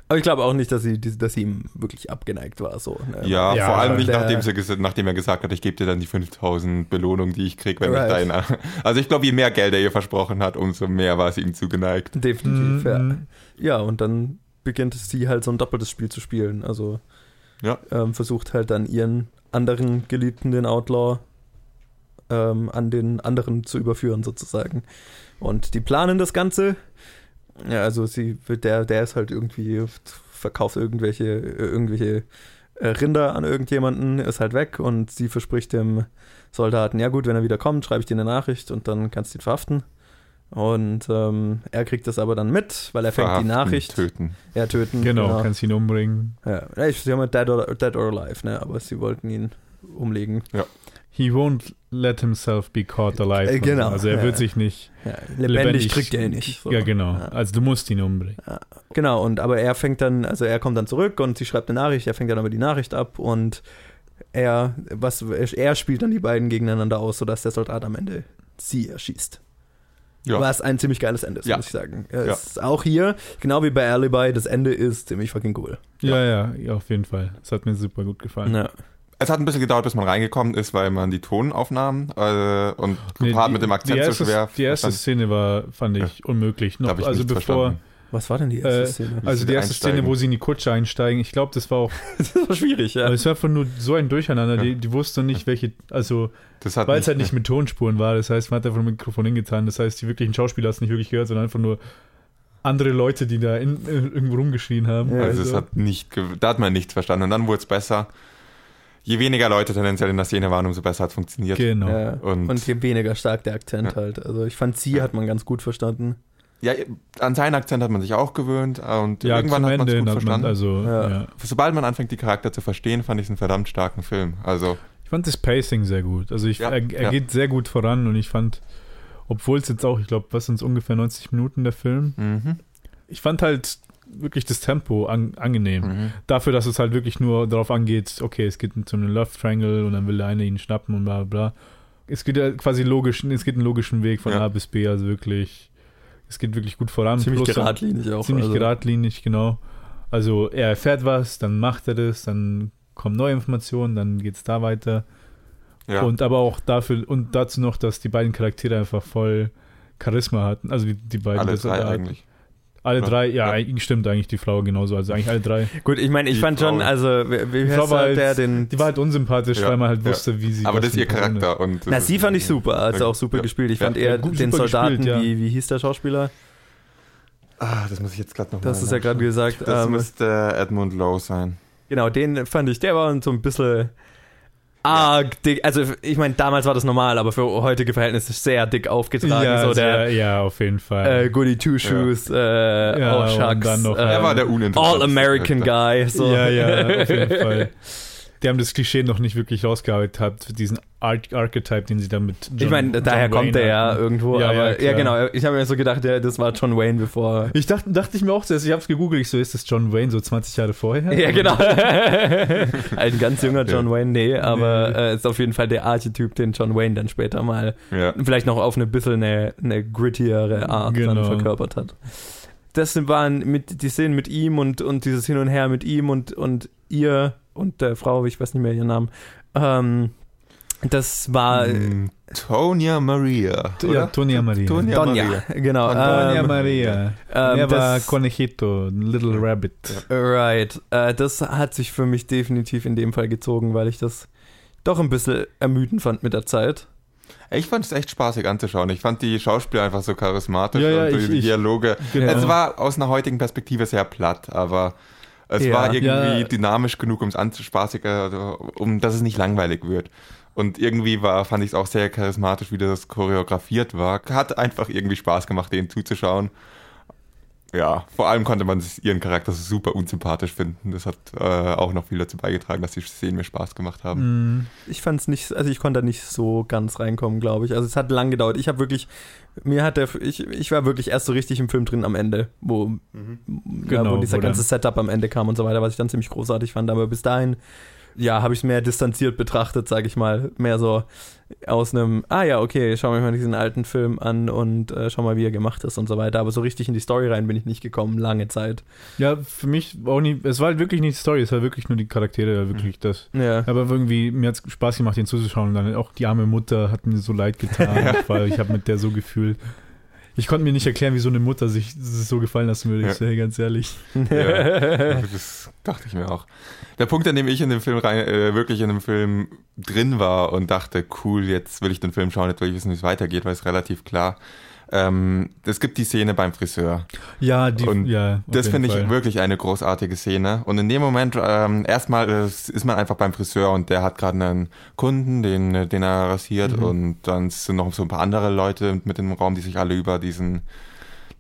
Aber ich glaube auch nicht, dass sie, dass sie ihm wirklich abgeneigt war, so. Ne?
Ja,
Ja,
vor allem nicht,
der-
nachdem, sie, ges- nachdem er gesagt hat, ich gebe dir dann die 5000 Belohnung, die ich krieg, wenn
Right.
ich deiner. Also ich glaube, je mehr Geld er ihr versprochen hat, umso mehr war sie ihm zugeneigt.
Definitiv, ja.
Mhm.
Ja, und dann beginnt sie halt so ein doppeltes Spiel zu spielen. Also
Ja.
ähm, versucht halt dann ihren anderen Geliebten, den Outlaw, ähm, an den anderen zu überführen sozusagen. Und die planen das Ganze. Ja, also sie wird der, der ist halt irgendwie verkauft irgendwelche äh, irgendwelche äh, Rinder an irgendjemanden, ist halt weg und sie verspricht dem Soldaten, ja gut, wenn er wieder kommt, schreibe ich dir eine Nachricht und dann kannst du ihn verhaften. Und ähm, er kriegt das aber dann mit, weil er fängt
Verhaften,
die Nachricht.
Töten.
Ja, töten.
Genau, kannst ihn umbringen.
Ja, Ja, ich, sie haben ja Dead or, Dead or Alive, ne? Aber sie wollten ihn umlegen.
He won't let himself be caught alive.
Äh, genau,
Also er
ja.
wird sich nicht.
Ja, lebendig
Lebendig.
kriegt er ihn nicht. So.
Ja, genau.
Ja.
Also du musst ihn umbringen.
Genau, und aber er fängt dann, also er kommt dann zurück und sie schreibt eine Nachricht, er fängt dann aber die Nachricht ab und er, was, er spielt dann die beiden gegeneinander aus, sodass der Soldat am Ende sie erschießt.
Ja.
Was ein ziemlich geiles Ende ist,
Ja.
muss ich sagen. Es
Ja.
ist auch hier, genau wie bei Alibi, das Ende ist ziemlich fucking cool.
Ja, ja, ja, auf jeden Fall. Das hat mir super gut gefallen.
Ja.
Es hat ein bisschen gedauert, bis man reingekommen ist, weil man die Tonaufnahmen äh, und gepaart
die-
mit dem Akzent
die erste,
so schwer.
Die erste Szene war, fand ich, unmöglich.
Da
Noch,
hab ich
also
nicht
bevor,
verstanden.
Was war denn die erste
Äh,
Szene?
Wie
also
sie
die
da
erste Szene,
einsteigen.
wo sie in die Kutsche einsteigen, ich glaube, das war auch,
das war schwierig, ja.
aber es war einfach nur so ein Durcheinander, die,
Ja.
die wussten nicht, welche, also,
Das hat
weil es halt nicht mit Tonspuren war, das heißt, man hat einfach ein Mikrofon hingetan, das heißt, die wirklichen Schauspieler hast du nicht wirklich gehört, sondern einfach nur andere Leute, die da in, in, irgendwo rumgeschrien haben.
Ja,
Also es hat nicht, ge- da hat man nichts verstanden. Und dann wurde es besser. Je weniger Leute tendenziell in der Szene waren, umso besser hat es funktioniert.
genau.
Ja.
Und-
Und, je weniger stark der Akzent
Ja.
halt. Also ich fand sie hat man ganz gut verstanden.
Ja, an seinen Akzent hat man sich auch gewöhnt äh, und
Ja,
irgendwann
zum
hat man es
Ende
gut
hat
verstanden.
also,
Ja.
ja.
Sobald man anfängt, die Charakter zu verstehen, fand ich es einen verdammt starken Film. Also,
Ich fand das Pacing sehr gut. Also ich,
Ja,
er, er
ja.
geht sehr gut voran und ich fand, obwohl es jetzt auch, ich glaube, was sind es ungefähr 90 Minuten der Film,
mhm.
ich fand halt wirklich das Tempo an, angenehm.
Mhm.
Dafür, dass es halt wirklich nur darauf angeht, okay, es geht zu einem Love Triangle und dann will der eine ihn schnappen und bla bla. bla. Es geht ja quasi logisch, es geht einen logischen Weg von
Ja.
A bis B, also wirklich, es geht wirklich gut voran.
Ziemlich
Plus-
geradlinig auch.
ziemlich
also.
geradlinig, genau. Also er erfährt was, dann macht er das, dann kommen neue Informationen, dann geht es da weiter.
ja.
Und aber auch dafür und dazu noch, dass die beiden Charaktere einfach voll Charisma hatten. Also die, die beiden
alle
das-
drei
äh,
eigentlich.
Alle
Ja.
drei, ja,
Ja.
eigentlich stimmt eigentlich die Frau genauso. Also eigentlich alle drei.
Gut, ich meine, ich
Die
fand
Frau-
schon, also wie, wie
Frau
heißt
war
halt der
halt-
den.
Die war halt unsympathisch,
Ja.
weil man halt
Ja.
wusste, wie sie
Aber das ist ihr
für eine Person
Charakter. Und mhm.
na, sie fand ich super, also
Ja,
auch super
ja.
gespielt. Ich fand
Ja,
eher
ja, gut,
den
super
Soldaten,
gespielt, ja.
wie, wie hieß der Schauspieler?
Ah, das muss ich jetzt gerade nochmal.
Das ist ja gerade gesagt.
Das
Ähm,
müsste Edmund Lowe sein.
genau, den fand ich, der war so ein bisschen arg dick. Also ich meine, damals war das normal, aber für heutige Verhältnisse sehr dick aufgetragen.
Ja,
so der
sehr, ja, auf jeden Fall.
äh, Goody Two Shoes, äh,
Ja,
oh
und
shucks.
dann noch-
ähm,
Er war der uninteressanteste.
All-American
Charakter.
Guy. So.
Ja, ja, auf jeden Fall. Die haben das Klischee noch nicht wirklich rausgearbeitet, hat, diesen Arch Archetype, den sie dann mit John,
Ich meine,
John
daher kommt er
Wayne
ja
hatten.
irgendwo,
Ja, ja,
aber ja,
klar.
genau. Ich habe mir so gedacht, ja, das war John Wayne bevor.
Ich dachte, dachte ich mir auch zuerst, ich hab's gegoogelt, ich so, ist das John Wayne so 20 Jahre vorher?
Ja, genau. Ein ganz junger John Wayne, nee, aber
Nee.
Äh, ist auf jeden Fall der Archetyp, den John Wayne dann später mal
Ja.
vielleicht noch auf eine bisschen eine, eine grittiere Art dann
Genau.
verkörpert hat. Das waren mit die Szenen mit ihm und, und dieses Hin und Her mit ihm und, und ihr und der Frau, ich weiß nicht mehr ihren Namen. Ähm, das war
Mhm.
Mm, Tonya Maria. Oder?
Ja, Tonya Maria.
Tonya
Donja,
Maria.
genau.
Donja
ähm,
Maria.
ähm,
er war
das-
Conejito, Little Rabbit.
Right. Äh, das hat sich für mich definitiv in dem Fall gezogen, weil ich das doch ein bisschen ermüdend fand mit der Zeit.
Ich fand es echt spaßig anzuschauen. Ich fand die Schauspieler einfach so charismatisch
Ja, ja,
und
ich-
die
ich-
Dialoge.
genau.
Es war aus einer heutigen Perspektive sehr platt, aber es
Ja.
war irgendwie
Ja.
dynamisch genug, um es anzuspaßig, äh, um dass es nicht langweilig wird. Und irgendwie war, fand ich es auch sehr charismatisch, wie das choreografiert war. Hat einfach irgendwie Spaß gemacht, denen zuzuschauen. Ja, vor allem konnte man sich ihren Charakter super unsympathisch finden. Das hat äh, auch noch viel dazu beigetragen, dass die Szenen mir Spaß gemacht haben.
Mhm.
Ich fand es nicht, also ich konnte da nicht so ganz reinkommen, glaube ich. Also es hat lang gedauert. Ich habe wirklich, mir hat der, ich, ich war wirklich erst so richtig im Film drin am Ende, wo, ja, wo
Genau,
dieser
wo
ganze Setup am Ende kam und so weiter, was ich dann ziemlich großartig fand. Aber bis dahin, ja, habe ich es mehr distanziert betrachtet, sage ich mal. Mehr so aus einem, ah ja, okay, schau mir mal diesen alten Film an und äh, schau mal, wie er gemacht ist und so weiter. Aber so richtig in die Story rein bin ich nicht gekommen, lange Zeit.
Ja, für mich auch nicht, es war halt wirklich nicht die Story, es war wirklich nur die Charaktere,
Mhm.
wirklich das.
Ja.
Aber irgendwie, mir hat es Spaß gemacht, den zuzuschauen. Und dann auch die arme Mutter hat mir so leid getan, weil ich habe mit der so gefühlt. Ich konnte mir nicht erklären, wie so eine Mutter sich so gefallen lassen würde, ich
Ja.
sage ganz ehrlich. Äh.
Ja, das dachte ich mir auch. Der Punkt, an dem ich in dem Film rein, äh, wirklich in dem Film drin war und dachte, cool, jetzt will ich den Film schauen, jetzt will ich wissen, wie es weitergeht, weil es relativ klar Ähm, es gibt die Szene beim Friseur.
Ja, die,
Und
ja, auf
Das
jeden
finde
Fall.
ich wirklich eine großartige Szene. Und in dem Moment, ähm, erstmal äh, ist man einfach beim Friseur und der hat gerade einen Kunden, den, äh, den er rasiert.
Mhm.
Und dann sind noch so ein paar andere Leute mit im Raum, die sich alle über diesen,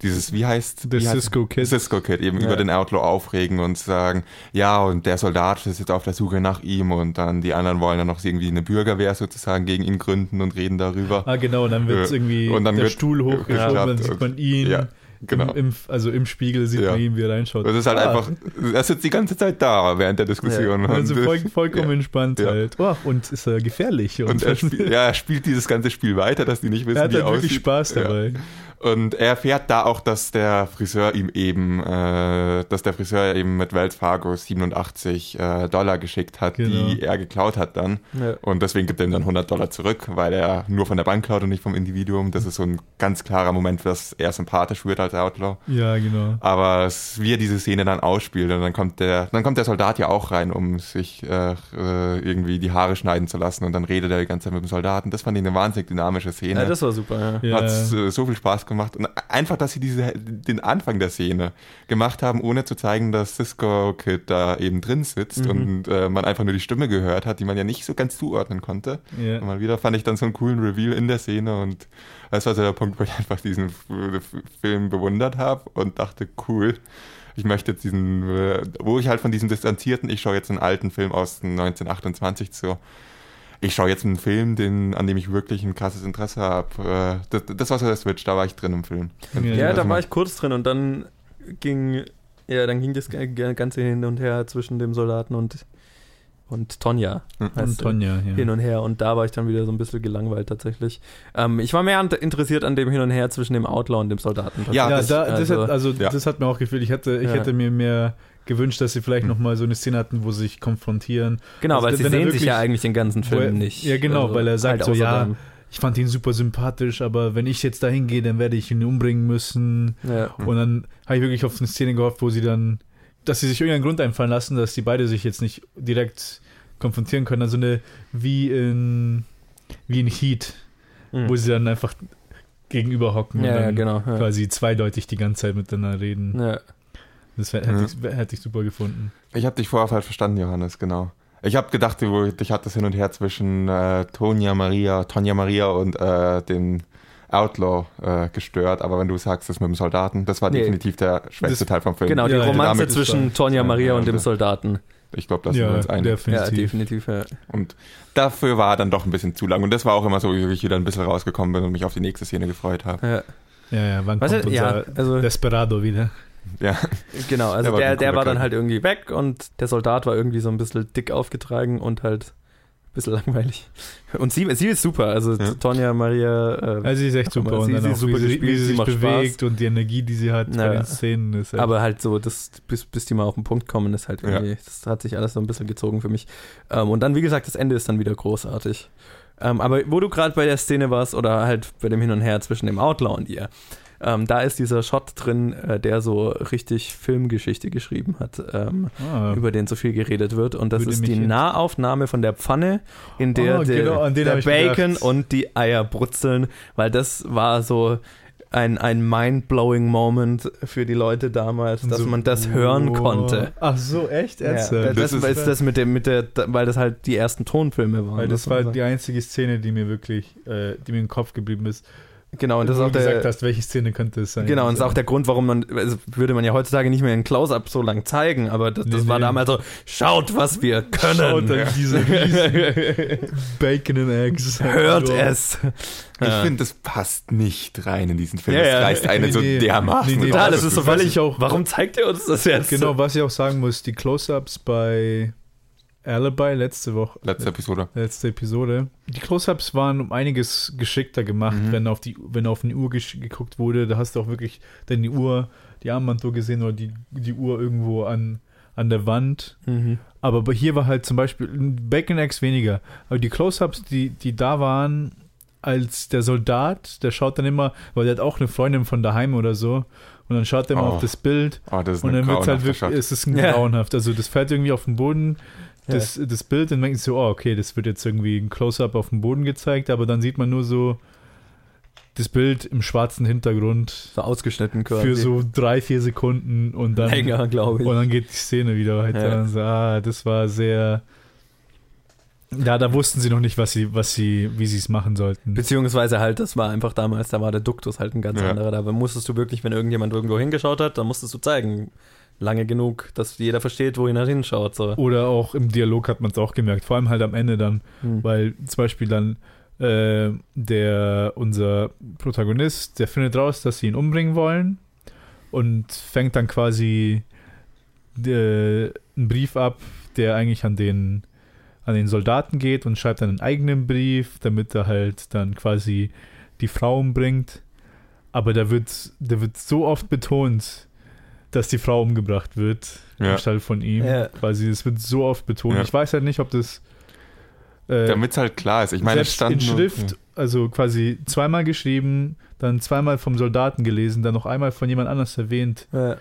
dieses, wie heißt
Der
wie heißt-
Cisco Kid.
Cisco Kid eben
Ja.
über den Outlaw aufregen und sagen, ja, und der Soldat ist jetzt auf der Suche nach ihm und dann die anderen wollen dann noch irgendwie eine Bürgerwehr sozusagen gegen ihn gründen und reden darüber.
Ah, genau, und dann wird
Äh,
irgendwie
und dann
der
wird
Stuhl hochgeschoben,
geklappt
dann sieht
und-
man ihn.
Ja, genau.
Im, im, also im Spiegel sieht
Ja.
man ihn, wie er reinschaut.
Das ist halt
Ah,
einfach, er sitzt die ganze Zeit da während der Diskussion. und,
Also voll, vollkommen
ja.
entspannt
Ja.
halt. Oh, und ist er gefährlich.
Und er, spiel, ja, er spielt dieses ganze Spiel weiter, dass die nicht wissen,
er hat
wie
halt
er aussieht.
wirklich Spaß
Ja.
dabei.
Und er erfährt da auch, dass der Friseur ihm eben, äh, dass der Friseur eben mit Wells Fargo 87 äh, Dollar geschickt hat, die
Genau.
er geklaut hat dann.
Ja.
Und deswegen gibt er ihm dann 100 Dollar zurück, weil er nur von der Bank klaut und nicht vom Individuum. Das ist so ein ganz klarer Moment, dass er sympathisch wird als Outlaw.
Ja, genau.
Aber es, wie er diese Szene dann ausspielt und dann kommt der, dann kommt der Soldat ja auch rein, um sich äh, äh, irgendwie die Haare schneiden zu lassen und dann redet er die ganze Zeit mit dem Soldaten. Das fand ich eine wahnsinnig dynamische Szene.
Ja, das war super, ja.
Ja.
Hat äh, so viel Spaß gemacht. Und einfach, dass sie diese, den Anfang der Szene gemacht haben, ohne zu zeigen, dass Cisco Kid da eben drin
Mhm.
sitzt und äh, man einfach nur die Stimme gehört hat, die man ja nicht so ganz zuordnen konnte.
Ja.
Und mal wieder fand ich dann so einen coolen Reveal in der Szene und das war so der Punkt, wo ich einfach diesen F- F- Film bewundert habe und dachte, cool. Ich möchte jetzt diesen, äh, wo ich halt von diesem distanzierten, ich schaue jetzt einen alten Film aus den 1928 zu, ich schaue jetzt einen Film, den, an dem ich wirklich ein krasses Interesse habe. Äh, das, das war so der Switch, da war ich drin im Film. Im
Ja,
Film,
Ja,
also
da war
man-
ich kurz drin und dann ging, ja, dann ging das g- g- Ganze hin und her zwischen dem Soldaten und, und Tonja.
Mhm.
heißt
Und
sie.
Tonja,
Hin
ja.
und her und da war ich dann wieder so ein bisschen gelangweilt tatsächlich. Ähm, ich war mehr an, interessiert an dem Hin und Her zwischen dem Outlaw und dem Soldaten.
Ja,
Ja,
tatsächlich.
da, das,
also,
hat, also,
ja.
das hat mir auch gefehlt. Ich, hatte, ich
Ja. Hm.
hätte mir mehr gewünscht, dass sie vielleicht noch nochmal so eine Szene hatten, wo sie sich konfrontieren.
genau,
also,
weil
wenn-
sie
wenn er
sehen sich ja
wirklich-
eigentlich den ganzen Film
wo er-
nicht. Also, halt
Ja, genau, weil er sagt so,
außer
ja,
dann.
Ich fand ihn super sympathisch, aber wenn ich jetzt da hingehe, dann werde ich ihn umbringen müssen.
ja.
Und dann habe ich wirklich auf eine Szene gehofft, wo sie dann, dass sie sich irgendeinen Grund einfallen lassen, dass die beide sich jetzt nicht direkt konfrontieren können. Also eine, wie in, wie in Heat,
Mhm.
wo sie dann einfach gegenüber hocken und
ja, ja,
dann
genau. Ja.
quasi zweideutig die ganze Zeit miteinander reden.
Ja.
Das wär, hätte, ich, wär, hätte ich super gefunden.
Ich habe dich vorher falsch verstanden, Johannes, genau. Ich habe gedacht, du, dich hat das hin und her zwischen äh, Tonja Maria, Tonja Maria und äh, dem Outlaw äh, gestört, aber wenn du sagst, das mit dem Soldaten, das war
Nee.
definitiv der schwächste
Das-
Teil vom Film.
Genau, die
Ja, ja.
Romanze
Damit ist
zwischen
er-
Tonja
ja,
Maria
ja,
und dem
der-
Soldaten.
Ich glaube, da sind wir uns einig.
Ja,
definitiv.
definitiv. Ja.
Und dafür war er dann doch ein bisschen zu lang. Und das war auch immer so, wie ich wieder ein bisschen rausgekommen bin und mich auf die nächste Szene gefreut habe.
Ja.
Ja, ja, wann
Was
kommt
hat, ja,
unser
also
Desperado wieder?
Ja,
Genau, also
Der war
der,
ein
der
cooler
war dann
Kerl.
halt irgendwie weg und der Soldat war irgendwie so ein bisschen dick aufgetragen und halt ein bisschen langweilig. Und sie, sie ist super, also
Ja.
Tonja Maria, äh,
Also sie ist echt super.
Aber sie-
und
sie
dann auch,
ist super
wie, sie,
gespielt,
wie sie
sie
sich
macht
bewegt und die Energie, die sie hat
Naja.
bei den Szenen. Ist echt-
aber halt so, das, bis, bis die mal auf den Punkt kommen, ist halt
Ja.
irgendwie, das hat sich alles so ein bisschen gezogen für mich. Ähm, und dann, wie gesagt, das Ende ist dann wieder großartig. Ähm, aber wo du gerade bei der Szene warst oder halt bei dem Hin und Her zwischen dem Outlaw und ihr, ähm, da ist dieser Shot drin, äh, der so richtig Filmgeschichte geschrieben hat. Ähm,
ah.
über den so viel geredet wird. Und das
Würde
ist
mich
die
jetzt-
Nahaufnahme von der Pfanne, in der
Oh,
der,
genau, an den
der
hab ich
Bacon
gedacht.
und die Eier brutzeln, weil das war so ein, ein mind-blowing Moment für die Leute damals,
Und
dass
so-
man das hören
Wow.
konnte.
Ach so, echt?
Ja, das,
Ernsthaft?
das
ist, ist das mit dem, mit der, weil das halt die ersten Tonfilme waren.
Weil das
muss
war
man
die einzige Szene, die mir wirklich, äh, die mir im Kopf geblieben ist.
sagen. genau, und das ist
wo
auch
du gesagt
der,
hast, welche Szene könnte es sein.
Genau, und das ist auch der
der.
Grund, warum man, also würde man ja heutzutage nicht mehr in Close-Up so lang zeigen, aber das, das
Nee,
war
nee.
damals so, schaut, was wir können.
Schaut an diese riesen Bacon and Eggs.
Hört
Wow.
es.
ich
Ja.
finde, das passt nicht rein in diesen Film.
Ähm. Ja,
Das
ja.
reißt einen so
Nee, nee.
dermaßen
Nee, nee,
raus.
Ja, das ist so völlig
auch-
auch. Warum zeigt ihr uns das jetzt?
Genau, was ich auch sagen muss, die Close-Ups bei Alibi letzte Woche,
Letzte Episode.
letzte Episode. Die Close-Ups waren um einiges geschickter gemacht,
Mhm.
wenn auf die, wenn auf eine Uhr gesch- geguckt wurde, da hast du auch wirklich dann die Uhr, die Armbanduhr gesehen oder die, die Uhr irgendwo an, an der Wand. Aber bei- hier war halt zum Beispiel Bacon Eggs weniger. Aber die Close-Ups, die, die da waren, als der Soldat, der schaut dann immer, weil der hat auch eine Freundin von daheim oder so, und dann schaut er immer
Oh.
auf das Bild
Oh, das ist
und
eine
dann wird's halt
grauenhafte
wirklich,
Stadt.
es ist ein
Ja.
grauenhaft. Also das fällt irgendwie auf den Boden, das, das Bild, dann denkt man so, oh, okay, das wird jetzt irgendwie ein Close-Up auf den Boden gezeigt, aber dann sieht man nur so das Bild im schwarzen Hintergrund
So ausgeschnitten quasi.
für so drei, vier Sekunden und dann,
länger, glaube ich.
und dann geht die Szene wieder weiter.
Ja.
Und so, ah, das war sehr. Ja, da wussten sie noch nicht, was sie, was sie, wie sie es machen sollten.
Beziehungsweise halt, das war einfach damals, da war der Duktus halt ein ganz
Ja.
anderer. Da musstest du wirklich, wenn irgendjemand irgendwo hingeschaut hat, dann musstest du zeigen. Lange genug, dass jeder versteht, wohin er hinschaut. So.
Oder auch im Dialog hat man es auch gemerkt, vor allem halt am Ende dann,
Hm.
weil zum Beispiel dann äh, der, unser Protagonist, der findet raus, dass sie ihn umbringen wollen und fängt dann quasi äh, einen Brief ab, der eigentlich an den, an den Soldaten geht und schreibt dann einen eigenen Brief, damit er halt dann quasi die Frau umbringt. Aber da wird, da wird so oft betont, dass die Frau umgebracht wird
Ja.
anstelle von ihm.
Ja.
Quasi, es wird so oft betont.
Ja.
Ich weiß halt nicht, ob das. Äh,
Damit es halt klar ist. Ich meine, es
selbst
stand
in
nur-
Schrift, also quasi zweimal geschrieben, dann zweimal vom Soldaten gelesen, dann noch einmal von jemand anders erwähnt
Ja.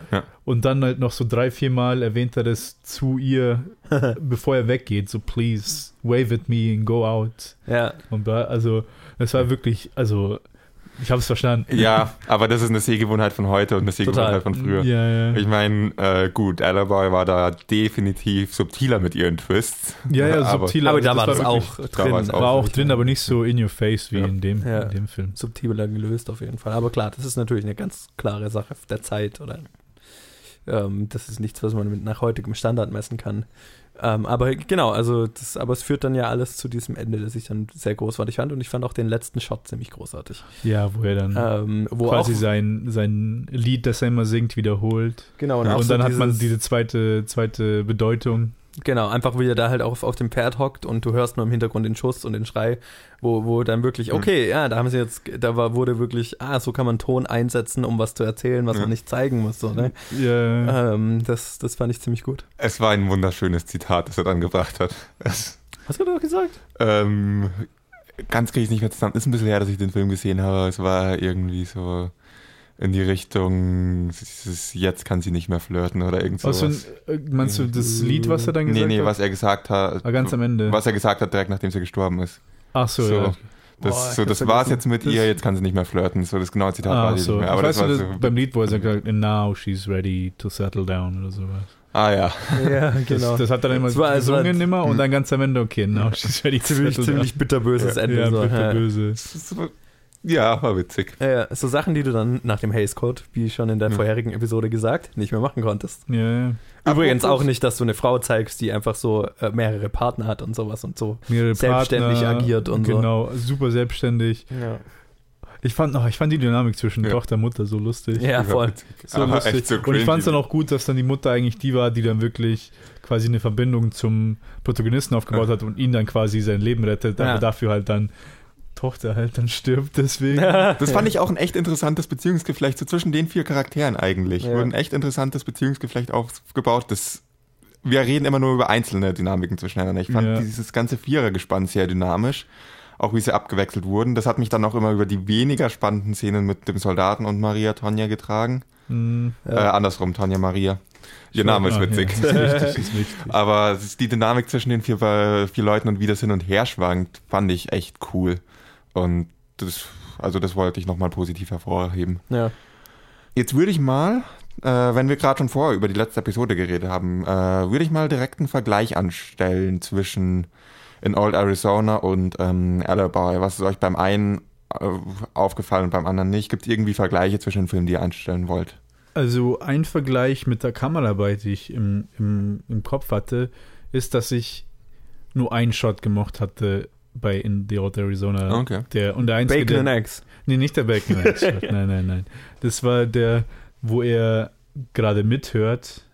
und dann halt noch so drei, viermal erwähnt er das zu ihr, bevor er weggeht. So, please, wave at me and go out.
ja.
Und bla, also, das war wirklich, also, ich habe es verstanden. Mm,
Ja, aber das ist eine Sehgewohnheit von heute und eine Sehgewohnheit von früher.
Ja, ja.
Ich meine, äh, gut, Alibi war da definitiv subtiler mit ihren Twists.
Ja, ja,
Aber-
subtil.
Aber
also
da war das
wirklich-
auch
da war
drin.
es
War auch drin, aber nicht so in your face wie
Ja.
in, dem,
Ja.
in dem Film.
subtiler gelöst auf jeden Fall. Aber klar, das ist natürlich eine ganz klare Sache der Zeit oder ähm, das ist nichts, was man mit nach heutigem Standard messen kann. Ähm, aber genau, also das, aber es führt dann ja alles zu diesem Ende, das ich dann sehr großartig fand und ich fand auch den letzten Shot ziemlich großartig.
Ja, wo er dann
Ähm, wo
Mhm. quasi
auch,
sein, sein Lied, das er immer singt, wiederholt.
genau, und,
Ja,
auch
und
so
dann hat man
dieses-
diese zweite, zweite Bedeutung.
Genau, einfach wie er da halt auch auf, auf dem Pferd hockt und du hörst nur im Hintergrund den Schuss und den Schrei, wo, wo dann
Mhm.
wirklich, okay, ja, da haben sie jetzt, da war, wurde wirklich, ah, so kann man Ton einsetzen, um was zu erzählen, was
Ja.
man nicht zeigen muss, so, ne?
Ah,
Ja,
Ähm, das, das fand ich ziemlich gut.
Es war ein wunderschönes Zitat, das er dann gebracht hat. Es,
Hast du doch gesagt?
ähm, ganz kriege ich nicht mehr zusammen. Ist ein bisschen her, dass ich den Film gesehen habe. Es war irgendwie so in die Richtung, es ist, jetzt kann sie nicht mehr flirten oder irgend sowas.
also, äh, meinst du das Lied, was er dann
nee,
gesagt
nee,
hat?
was er gesagt hat.
Ah, ganz am Ende.
Was er gesagt hat, direkt nachdem sie gestorben ist.
Ach so,
so.
ja.
Das,
Boah, ich
so,
hab's
das war's
vergessen.
jetzt mit
Das-
ihr, jetzt kann sie nicht mehr flirten. So, das genaue Zitat
Ah,
weiß ich
so.
nicht
Ich
mehr. Aber das
weiß
war
nur,
so,
dass beim Lied, wo er sagt, and now she's ready to settle down oder sowas.
ah ja.
Ja, genau.
Das, das hat dann immer
Es war- es war-
gesungen immer
Mhm.
und dann ganz am Ende, okay, now she's ready to
ziemlich,
settle
ziemlich bitterböses
down.
Ende.
ja,
so.
bitte
Ja.
böse.
Das ist so- Ja, war witzig.
Ja, ja, so Sachen, die du dann nach dem Haze Code, wie schon in der
Ja.
vorherigen Episode gesagt, nicht mehr machen konntest.
Ja, ja.
Übrigens
Apropos-
auch nicht, dass du eine Frau zeigst, die einfach so äh, mehrere Partner hat und sowas und so.
Mehrere
Selbstständig
Partner,
agiert und so.
genau, Genau, super selbstständig.
Ja,
Ich fand, oh, ich fand die Dynamik zwischen
Ja.
Tochter und Mutter so lustig.
ja
war
voll.
witzig.
So
Aber
lustig.
Ah, echt so
und ich fand es dann
cringy.
auch gut, dass dann die Mutter eigentlich die war, die dann wirklich quasi eine Verbindung zum Protagonisten aufgebaut hat und ihn dann quasi sein Leben rettet,
Ja.
aber dafür halt dann Tochter halt dann stirbt deswegen.
Das fand ich auch ein echt interessantes Beziehungsgeflecht so zwischen den vier Charakteren eigentlich.
Ja.
Wurde ein echt interessantes Beziehungsgeflecht aufgebaut. Das, wir reden immer nur über einzelne Dynamiken zwischeneinander. Ich fand
Ja.
dieses ganze Vierergespann sehr dynamisch. Auch wie sie abgewechselt wurden. Das hat mich dann auch immer über die weniger spannenden Szenen mit dem Soldaten und Maria Tonja getragen.
Mhm.
Äh, andersrum, Tonja Maria. Ihr Name ist
Ah,
witzig.
Ja, das ist wichtig, das ist wichtig.
Aber es ist die Dynamik zwischen den vier, äh, vier Leuten und wie das hin und her schwankt, fand ich echt cool. Und das, also das wollte ich nochmal positiv hervorheben.
Ja.
Jetzt würde ich mal, äh, wenn wir gerade schon vorher über die letzte Episode geredet haben, äh, würde ich mal direkt einen Vergleich anstellen zwischen in Old Arizona und ähm, Alibi. Was ist euch beim einen äh, aufgefallen und beim anderen nicht? Gibt es irgendwie Vergleiche zwischen den Filmen, die ihr anstellen wollt?
Also ein Vergleich mit der Kameraarbeit, die ich im, im, im Kopf hatte, ist, dass ich nur einen Shot gemocht hatte bei in The Old Arizona.
Okay. ne?
Der, und der einzige,
Bacon
der,
and Eggs.
Nee, nicht der Bacon Eggs Shot. nein, nein, nein. Das war der, wo er gerade mithört.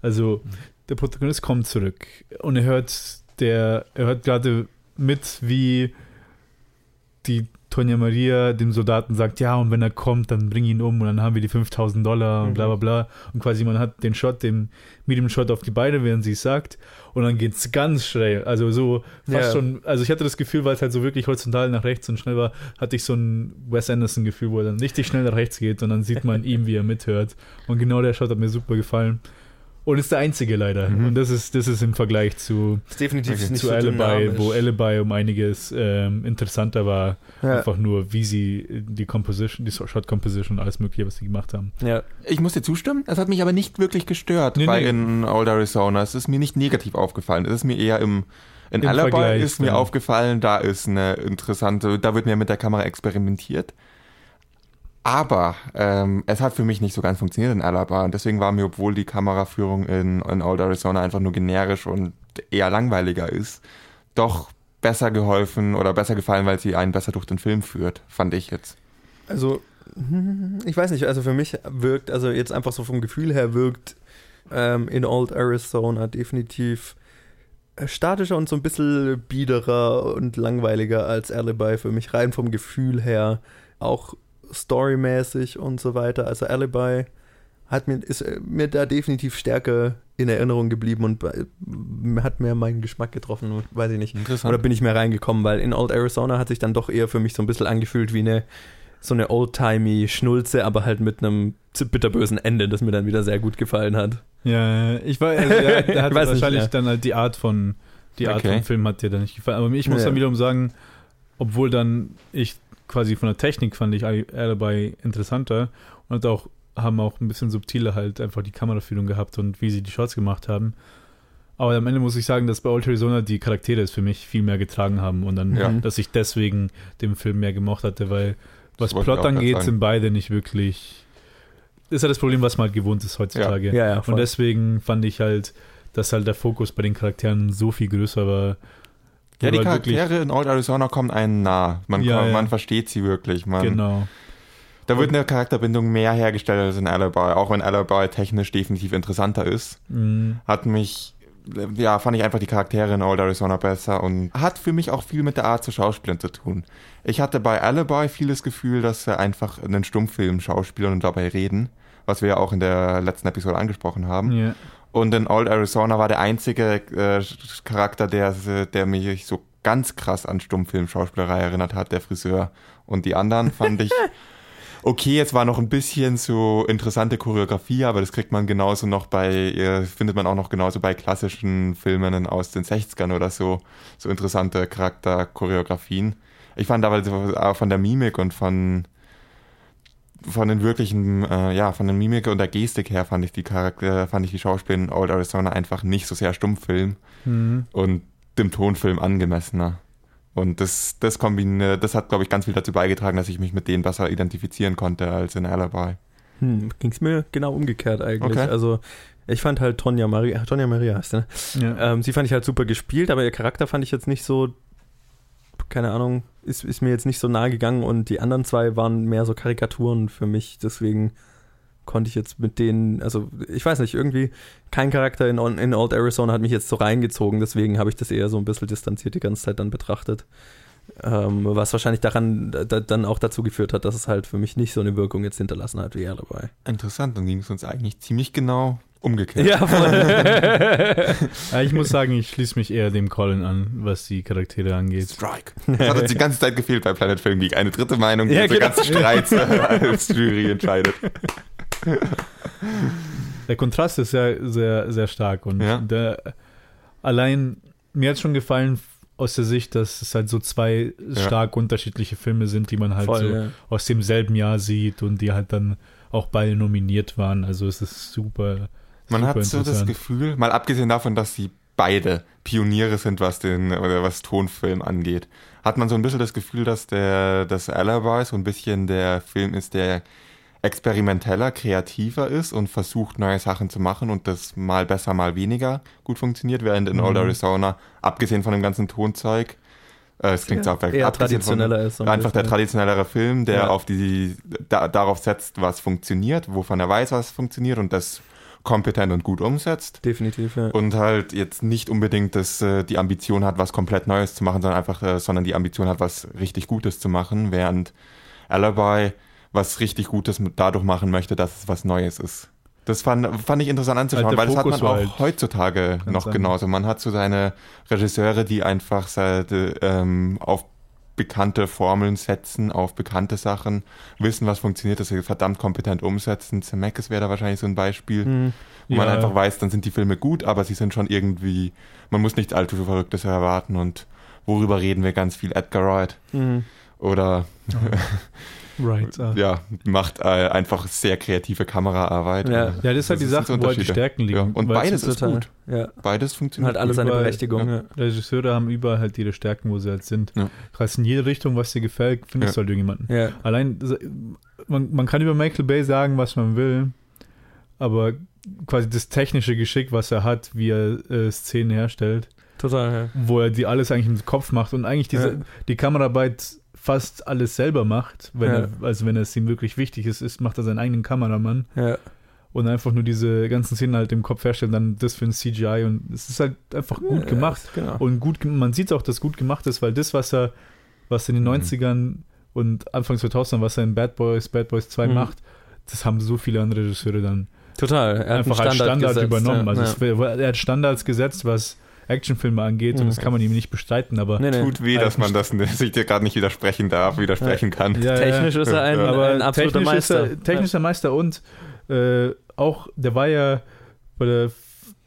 Also, der Protagonist kommt zurück und er hört, der, er hört gerade mit, wie die Tonja Maria dem Soldaten sagt, ja, und wenn er kommt, dann bring ihn um und dann haben wir die 5000 Dollar und
Mhm.
bla bla bla. Und quasi man hat den Shot, dem Medium Shot auf die Beine, während sie es sagt. Und dann geht's ganz schnell. Also so fast
Ja.
schon, also ich hatte das Gefühl, weil es halt so wirklich horizontal nach rechts und schnell war, hatte ich so ein Wes Anderson-Gefühl, wo er dann richtig schnell nach rechts geht und dann sieht man ihm, wie er mithört. Und genau der Shot hat mir super gefallen. und ist der einzige leider. Und das ist, das ist im Vergleich zu,
Ist definitiv
Okay.
Mhm. nicht
zu
so
Alibi,
dynamisch.
wo Alibi um einiges ähm, interessanter war.
ja.
Einfach nur, wie sie die Composition, die Shot Composition und alles Mögliche, was sie gemacht haben.
ja.
Ich muss dir zustimmen, es hat mich aber nicht wirklich gestört
Nee,
bei
nee.
in Old Arizona. Es ist mir nicht negativ aufgefallen. Es ist mir eher im in
Im
Alibi
Vergleich,
ist mir
ja.
aufgefallen, da ist eine interessante, da wird mehr mit der Kamera experimentiert. Aber ähm, es hat für mich nicht so ganz funktioniert in Alaba und deswegen war mir, obwohl die Kameraführung in, in Old Arizona einfach nur generisch und eher langweiliger ist, doch besser geholfen oder besser gefallen, weil sie einen besser durch den Film führt, fand ich jetzt.
Also, hm, ich weiß nicht, also für mich wirkt, also jetzt einfach so vom Gefühl her wirkt ähm, in Old Arizona definitiv äh, statischer und so ein bisschen biederer und langweiliger als Alibi für mich, rein vom Gefühl her, auch storymäßig und so weiter. Also Alibi hat mir, ist äh, mir da definitiv stärker in Erinnerung geblieben und bei- hat mehr meinen Geschmack getroffen, weiß ich nicht.
Interessant.
Oder bin ich mehr reingekommen, weil in Old Arizona hat sich dann doch eher für mich so ein bisschen angefühlt wie eine so eine oldtimey Schnulze, aber halt mit einem z- bitterbösen Ende, das mir dann wieder sehr gut gefallen hat.
Ja, ich weiß, also, ja,
Ich
der hat
weiß nicht,
wahrscheinlich
ja.
dann halt die Art von, die Art
Okay.
vom Film hat dir dann nicht gefallen. Aber ich muss
Ja.
dann wiederum sagen, obwohl dann ich quasi von der Technik fand ich Ali- Alibi interessanter und auch haben auch ein bisschen subtiler halt einfach die Kameraführung gehabt und wie sie die Shots gemacht haben. Aber am Ende muss ich sagen, dass bei Old Arizona die Charaktere es für mich viel mehr getragen haben und dann,
Ja.
dass ich deswegen den Film mehr gemocht hatte, weil was
Das wollte ich auch
Plot
grad
angeht,
sagen.
sind beide nicht wirklich. Ist ja das Problem, was man halt gewohnt ist heutzutage.
ja.
Und deswegen fand ich halt, dass halt der Fokus bei den Charakteren so viel größer war.
Ja, die
Weil
Charaktere in Old Arizona kommen einen nah. Man,
Ja,
kommt,
ja.
man versteht sie wirklich. Man,
Genau.
Da wird eine Charakterbindung mehr hergestellt als in Alibi. Auch wenn Alibi technisch definitiv interessanter ist,
Mhm.
hat mich, ja, fand ich einfach die Charaktere in Old Arizona besser und hat für mich auch viel mit der Art zu Schauspielern zu tun. Ich hatte bei Alibi viel das Gefühl, dass wir einfach einen Stummfilm schauspielern und dabei reden, was wir ja auch in der letzten Episode angesprochen haben.
Ja.
Und in Old Arizona war der einzige äh, Sch- Charakter, der, der mich so ganz krass an Stummfilm-Schauspielerei erinnert hat, der Friseur. Und die anderen fand ich, okay, es war noch ein bisschen so interessante Choreografie, aber das kriegt man genauso noch bei, äh, findet man auch noch genauso bei klassischen Filmen aus den 60ern oder so, so interessante Charakterchoreografien. Ich fand aber so- auch von der Mimik und von von den wirklichen, äh, ja, von der Mimik und der Gestik her fand ich die Charakter, fand ich die Schauspieler in Old Arizona einfach nicht so sehr Stummfilm
Mhm.
und dem Tonfilm angemessener. Und das, das kombine, das hat, glaube ich, ganz viel dazu beigetragen, dass ich mich mit denen besser identifizieren konnte als in Alibi.
hm, ging es mir genau umgekehrt eigentlich.
Okay.
Also ich fand halt Tonja Maria, Tonja Maria heißt sie, ne?
Ja.
Ähm, sie fand ich halt super gespielt, aber ihr Charakter fand ich jetzt nicht so, keine Ahnung, ist, ist mir jetzt nicht so nahe gegangen und die anderen zwei waren mehr so Karikaturen für mich, deswegen konnte ich jetzt mit denen, also ich weiß nicht, irgendwie kein Charakter in, in Old Arizona hat mich jetzt so reingezogen, deswegen habe ich das eher so ein bisschen distanziert die ganze Zeit dann betrachtet. Ähm, was wahrscheinlich daran da, dann auch dazu geführt hat, dass es halt für mich nicht so eine Wirkung jetzt hinterlassen hat wie er dabei.
Interessant, dann ging es uns eigentlich ziemlich genau umgekehrt.
Ja,
Halt
Aber ich muss sagen, ich schließe mich eher dem Colin an, was die Charaktere angeht.
Strike. Das hat uns die ganze Zeit gefehlt bei Planet Film Geek. Eine dritte Meinung, die
Ja,
ja,
genau.
ganzen Streit als Jury entscheidet.
Der Kontrast ist sehr, sehr, sehr stark und
Ja.
der, allein mir hat schon gefallen aus der Sicht, dass es halt so zwei stark unterschiedliche Filme sind, die man halt so
ja.
aus demselben Jahr sieht und die halt dann auch beide nominiert waren. Also es ist super.
Man
super
hat so das
interessant.
Gefühl, mal abgesehen davon, dass sie beide Pioniere sind, was den oder was Tonfilm angeht, hat man so ein bisschen das Gefühl, dass der das Alibi so ein bisschen der Film ist, der experimenteller, kreativer ist und versucht neue Sachen zu machen und das mal besser, mal weniger gut funktioniert, während in Old Arizona abgesehen von dem ganzen Tonzeug äh, es klingt
Ja,
auch
eher
abgesehen von-
traditioneller ist so ein
einfach der
bisschen.
traditionellere Film, der
Ja.
auf die da, darauf setzt, was funktioniert, wovon er weiß, was funktioniert und das kompetent und gut umsetzt
Definitiv, ja.
und halt jetzt nicht unbedingt das, äh, die Ambition hat, was komplett Neues zu machen, sondern einfach, äh, sondern die Ambition hat, was richtig Gutes zu machen, während Alibi was richtig Gutes mit- dadurch machen möchte, dass es was Neues ist. Das fand, fand ich interessant anzuschauen,
Halt der
weil das hat man
Fokus war
auch
halt-
heutzutage
Kann
noch
sein.
genauso. Man hat so seine Regisseure, die einfach seit, äh, ähm, auf bekannte Formeln setzen auf bekannte Sachen, wissen, was funktioniert, dass sie verdammt kompetent umsetzen. Zemeckis wäre da wahrscheinlich so ein Beispiel,
Mhm.
wo man
Ja.
einfach weiß, dann sind die Filme gut, aber sie sind schon irgendwie, man muss nicht allzu viel Verrücktes erwarten und worüber reden wir ganz viel? Edgar Wright
Mhm.
oder
Right. ah.
ja, macht äh, einfach sehr kreative Kameraarbeit.
Ja.
Ja, das ist halt die
sind so
Sache, wo halt die
Unterschiede.
Stärken liegen.
Ja, und
weil
beides
es-
ist
Total.
gut.
Ja.
Beides funktioniert.
Hat
Halt
alles seine
Überall-
Berechtigung. Ja.
Regisseure haben überall halt ihre Stärken, wo sie halt sind.
Ja.
Krass, in jede Richtung, was dir gefällt, findest
Ja.
du halt irgendjemanden.
Ja.
Allein, so- man, man kann über Michael Bay sagen, was man will, aber quasi das technische Geschick, was er hat, wie er äh, Szenen herstellt,
total. Ja.
wo er die alles eigentlich im Kopf macht und eigentlich diese,
Ja.
die Kameraarbeit fast alles selber macht, wenn
Ja.
er, also wenn es ihm wirklich wichtig ist, ist, macht er seinen eigenen Kameramann
Ja.
und einfach nur diese ganzen Szenen halt im Kopf herstellen, dann das für ein CGI und es ist halt einfach gut gemacht.
Ja, genau.
Und gut, ge- man sieht auch, dass gut gemacht ist, weil das, was er, was in den
Mhm.
90ern und Anfang 2000, was er in Bad Boys, Bad Boys 2
Mhm.
macht, das haben so viele andere Regisseure dann
total. Er hat
einfach als Standard
gesetzt,
übernommen.
Ja.
Also
ja.
es wär- er hat Standards gesetzt, was Actionfilme angeht und
Mhm.
das kann man ihm nicht bestreiten, aber
nee, nee.
Tut weh, dass man das sich dir gerade nicht widersprechen darf, widersprechen kann.
Ja, ja.
Technisch ist er ein,
Ja.
aber
ein absoluter
technisch
Meister.
Ist er, technischer Meister und äh, auch, der war ja, bei der,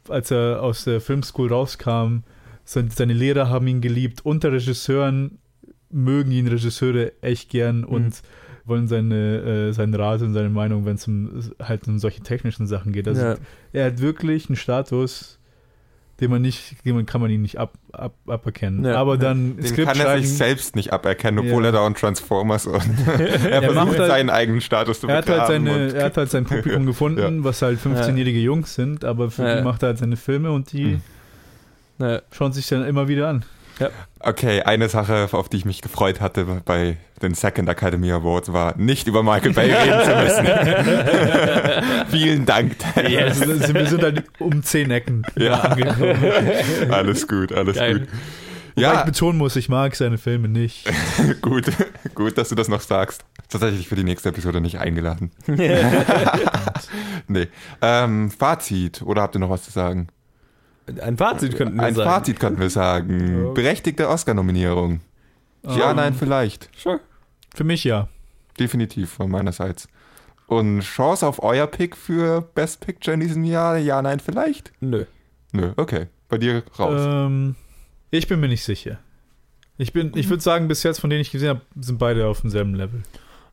als er aus der Filmschool rauskam, sein- seine Lehrer haben ihn geliebt. Unter Regisseuren mögen ihn Regisseure echt
Mhm.
gern und wollen seine, äh, seinen Rat und seine Meinung, wenn es um, halt um solche technischen Sachen geht. Also
ja.
er hat wirklich einen Status, den man nicht, den man, kann man ihn nicht ab, ab, aberkennen.
Ja.
Aber dann
Den kann er sich selbst nicht aberkennen, obwohl
Ja.
er da und Transformers und er,
Er
versucht
macht halt-
seinen eigenen Status zu
Er hat, halt
begraben
seine,
und-
er hat halt sein Publikum gefunden, was halt 15-jährige Jungs sind, aber für
Ja.
die macht er halt seine Filme und die
Mhm.
Ja.
schauen sich dann immer wieder an.
Okay, eine Sache, auf die ich mich gefreut hatte bei den Second Academy Awards, war nicht über Michael Bay reden zu müssen. Vielen Dank.
Yes. Also, wir sind halt um 10 Ecken
Ja.
angekommen.
Alles gut, alles
Geil.
gut.
Weil ich
Ja,
betonen muss, ich mag seine Filme nicht.
gut, gut, dass du das noch sagst. Tatsächlich für die nächste Episode nicht eingeladen. nee. Ähm, Fazit, oder habt ihr noch was zu sagen?
Ein Fazit könnten wir
Ein
sagen.
Fazit könnten wir sagen. Berechtigte Oscar-Nominierung. Ja,
Ähm,
nein, vielleicht.
Sure.
Für mich ja.
Definitiv von meinerseits. Und Chance auf euer Pick für Best Picture in diesem Jahr? Ja, nein, vielleicht?
Nö.
Nö, okay. Bei dir raus.
Ähm, ich bin mir nicht sicher. Ich, bin- ich würde sagen, bis jetzt, von denen ich gesehen habe, sind beide auf demselben Level.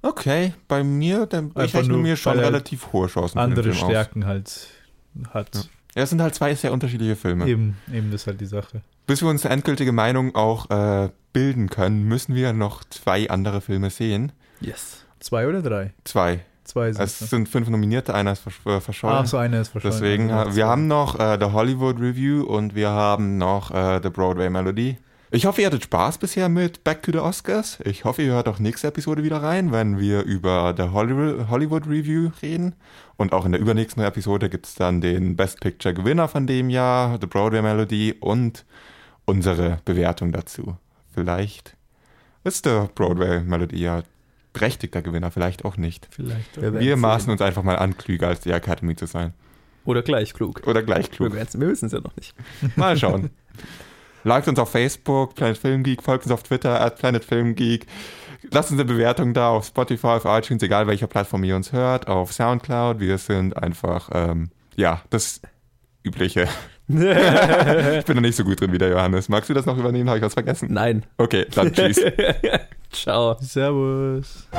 okay, bei mir, dann ich
Einfach
rechne
nur,
mir schon
weil er
relativ hohe Chancen. für den
Andere
Film aus.
Stärken halt hat.
Ja, es sind halt zwei sehr unterschiedliche Filme.
Eben, eben das ist halt die Sache.
Bis wir uns eine endgültige Meinung auch äh, bilden können, müssen wir noch zwei andere Filme sehen.
Yes.
Zwei oder drei?
Zwei.
Zwei sind
Es
es. ne?
sind fünf Nominierte, einer ist versch äh, verschollen.
Ach so, einer ist wahrscheinlich.
Deswegen,
Also
ha-
zwei.
wir haben noch äh, The Hollywood Review und wir haben noch äh, The Broadway Melody. Ich hoffe, ihr hattet Spaß bisher mit Back to the Oscars. Ich hoffe, ihr hört auch nächste Episode wieder rein, wenn wir über The Holly- Hollywood Review reden. Und auch in der übernächsten Episode gibt's dann den Best Picture Gewinner von dem Jahr, The Broadway Melody und unsere Bewertung dazu. Vielleicht ist der Broadway Melody ja berechtigter Gewinner, vielleicht auch nicht.
Vielleicht.
Wir
Wir
werden's
maßen
sehen.
uns einfach mal an, klüger als die Academy zu sein.
Oder gleich klug.
Oder gleich klug.
Wir, werden's- wir wissen es ja noch nicht.
Mal schauen. Liked uns auf Facebook, Planet Film Geek, folgt uns auf Twitter, at Planet Film Geek. Lasst uns eine Bewertung da auf Spotify, auf iTunes, egal welcher Plattform ihr uns hört, auf Soundcloud. Wir sind einfach, ähm, ja, das Übliche. ich bin noch nicht so gut drin wie der Johannes. Magst du das noch übernehmen? Habe ich was vergessen?
Nein.
Okay, dann tschüss.
Ciao.
Servus.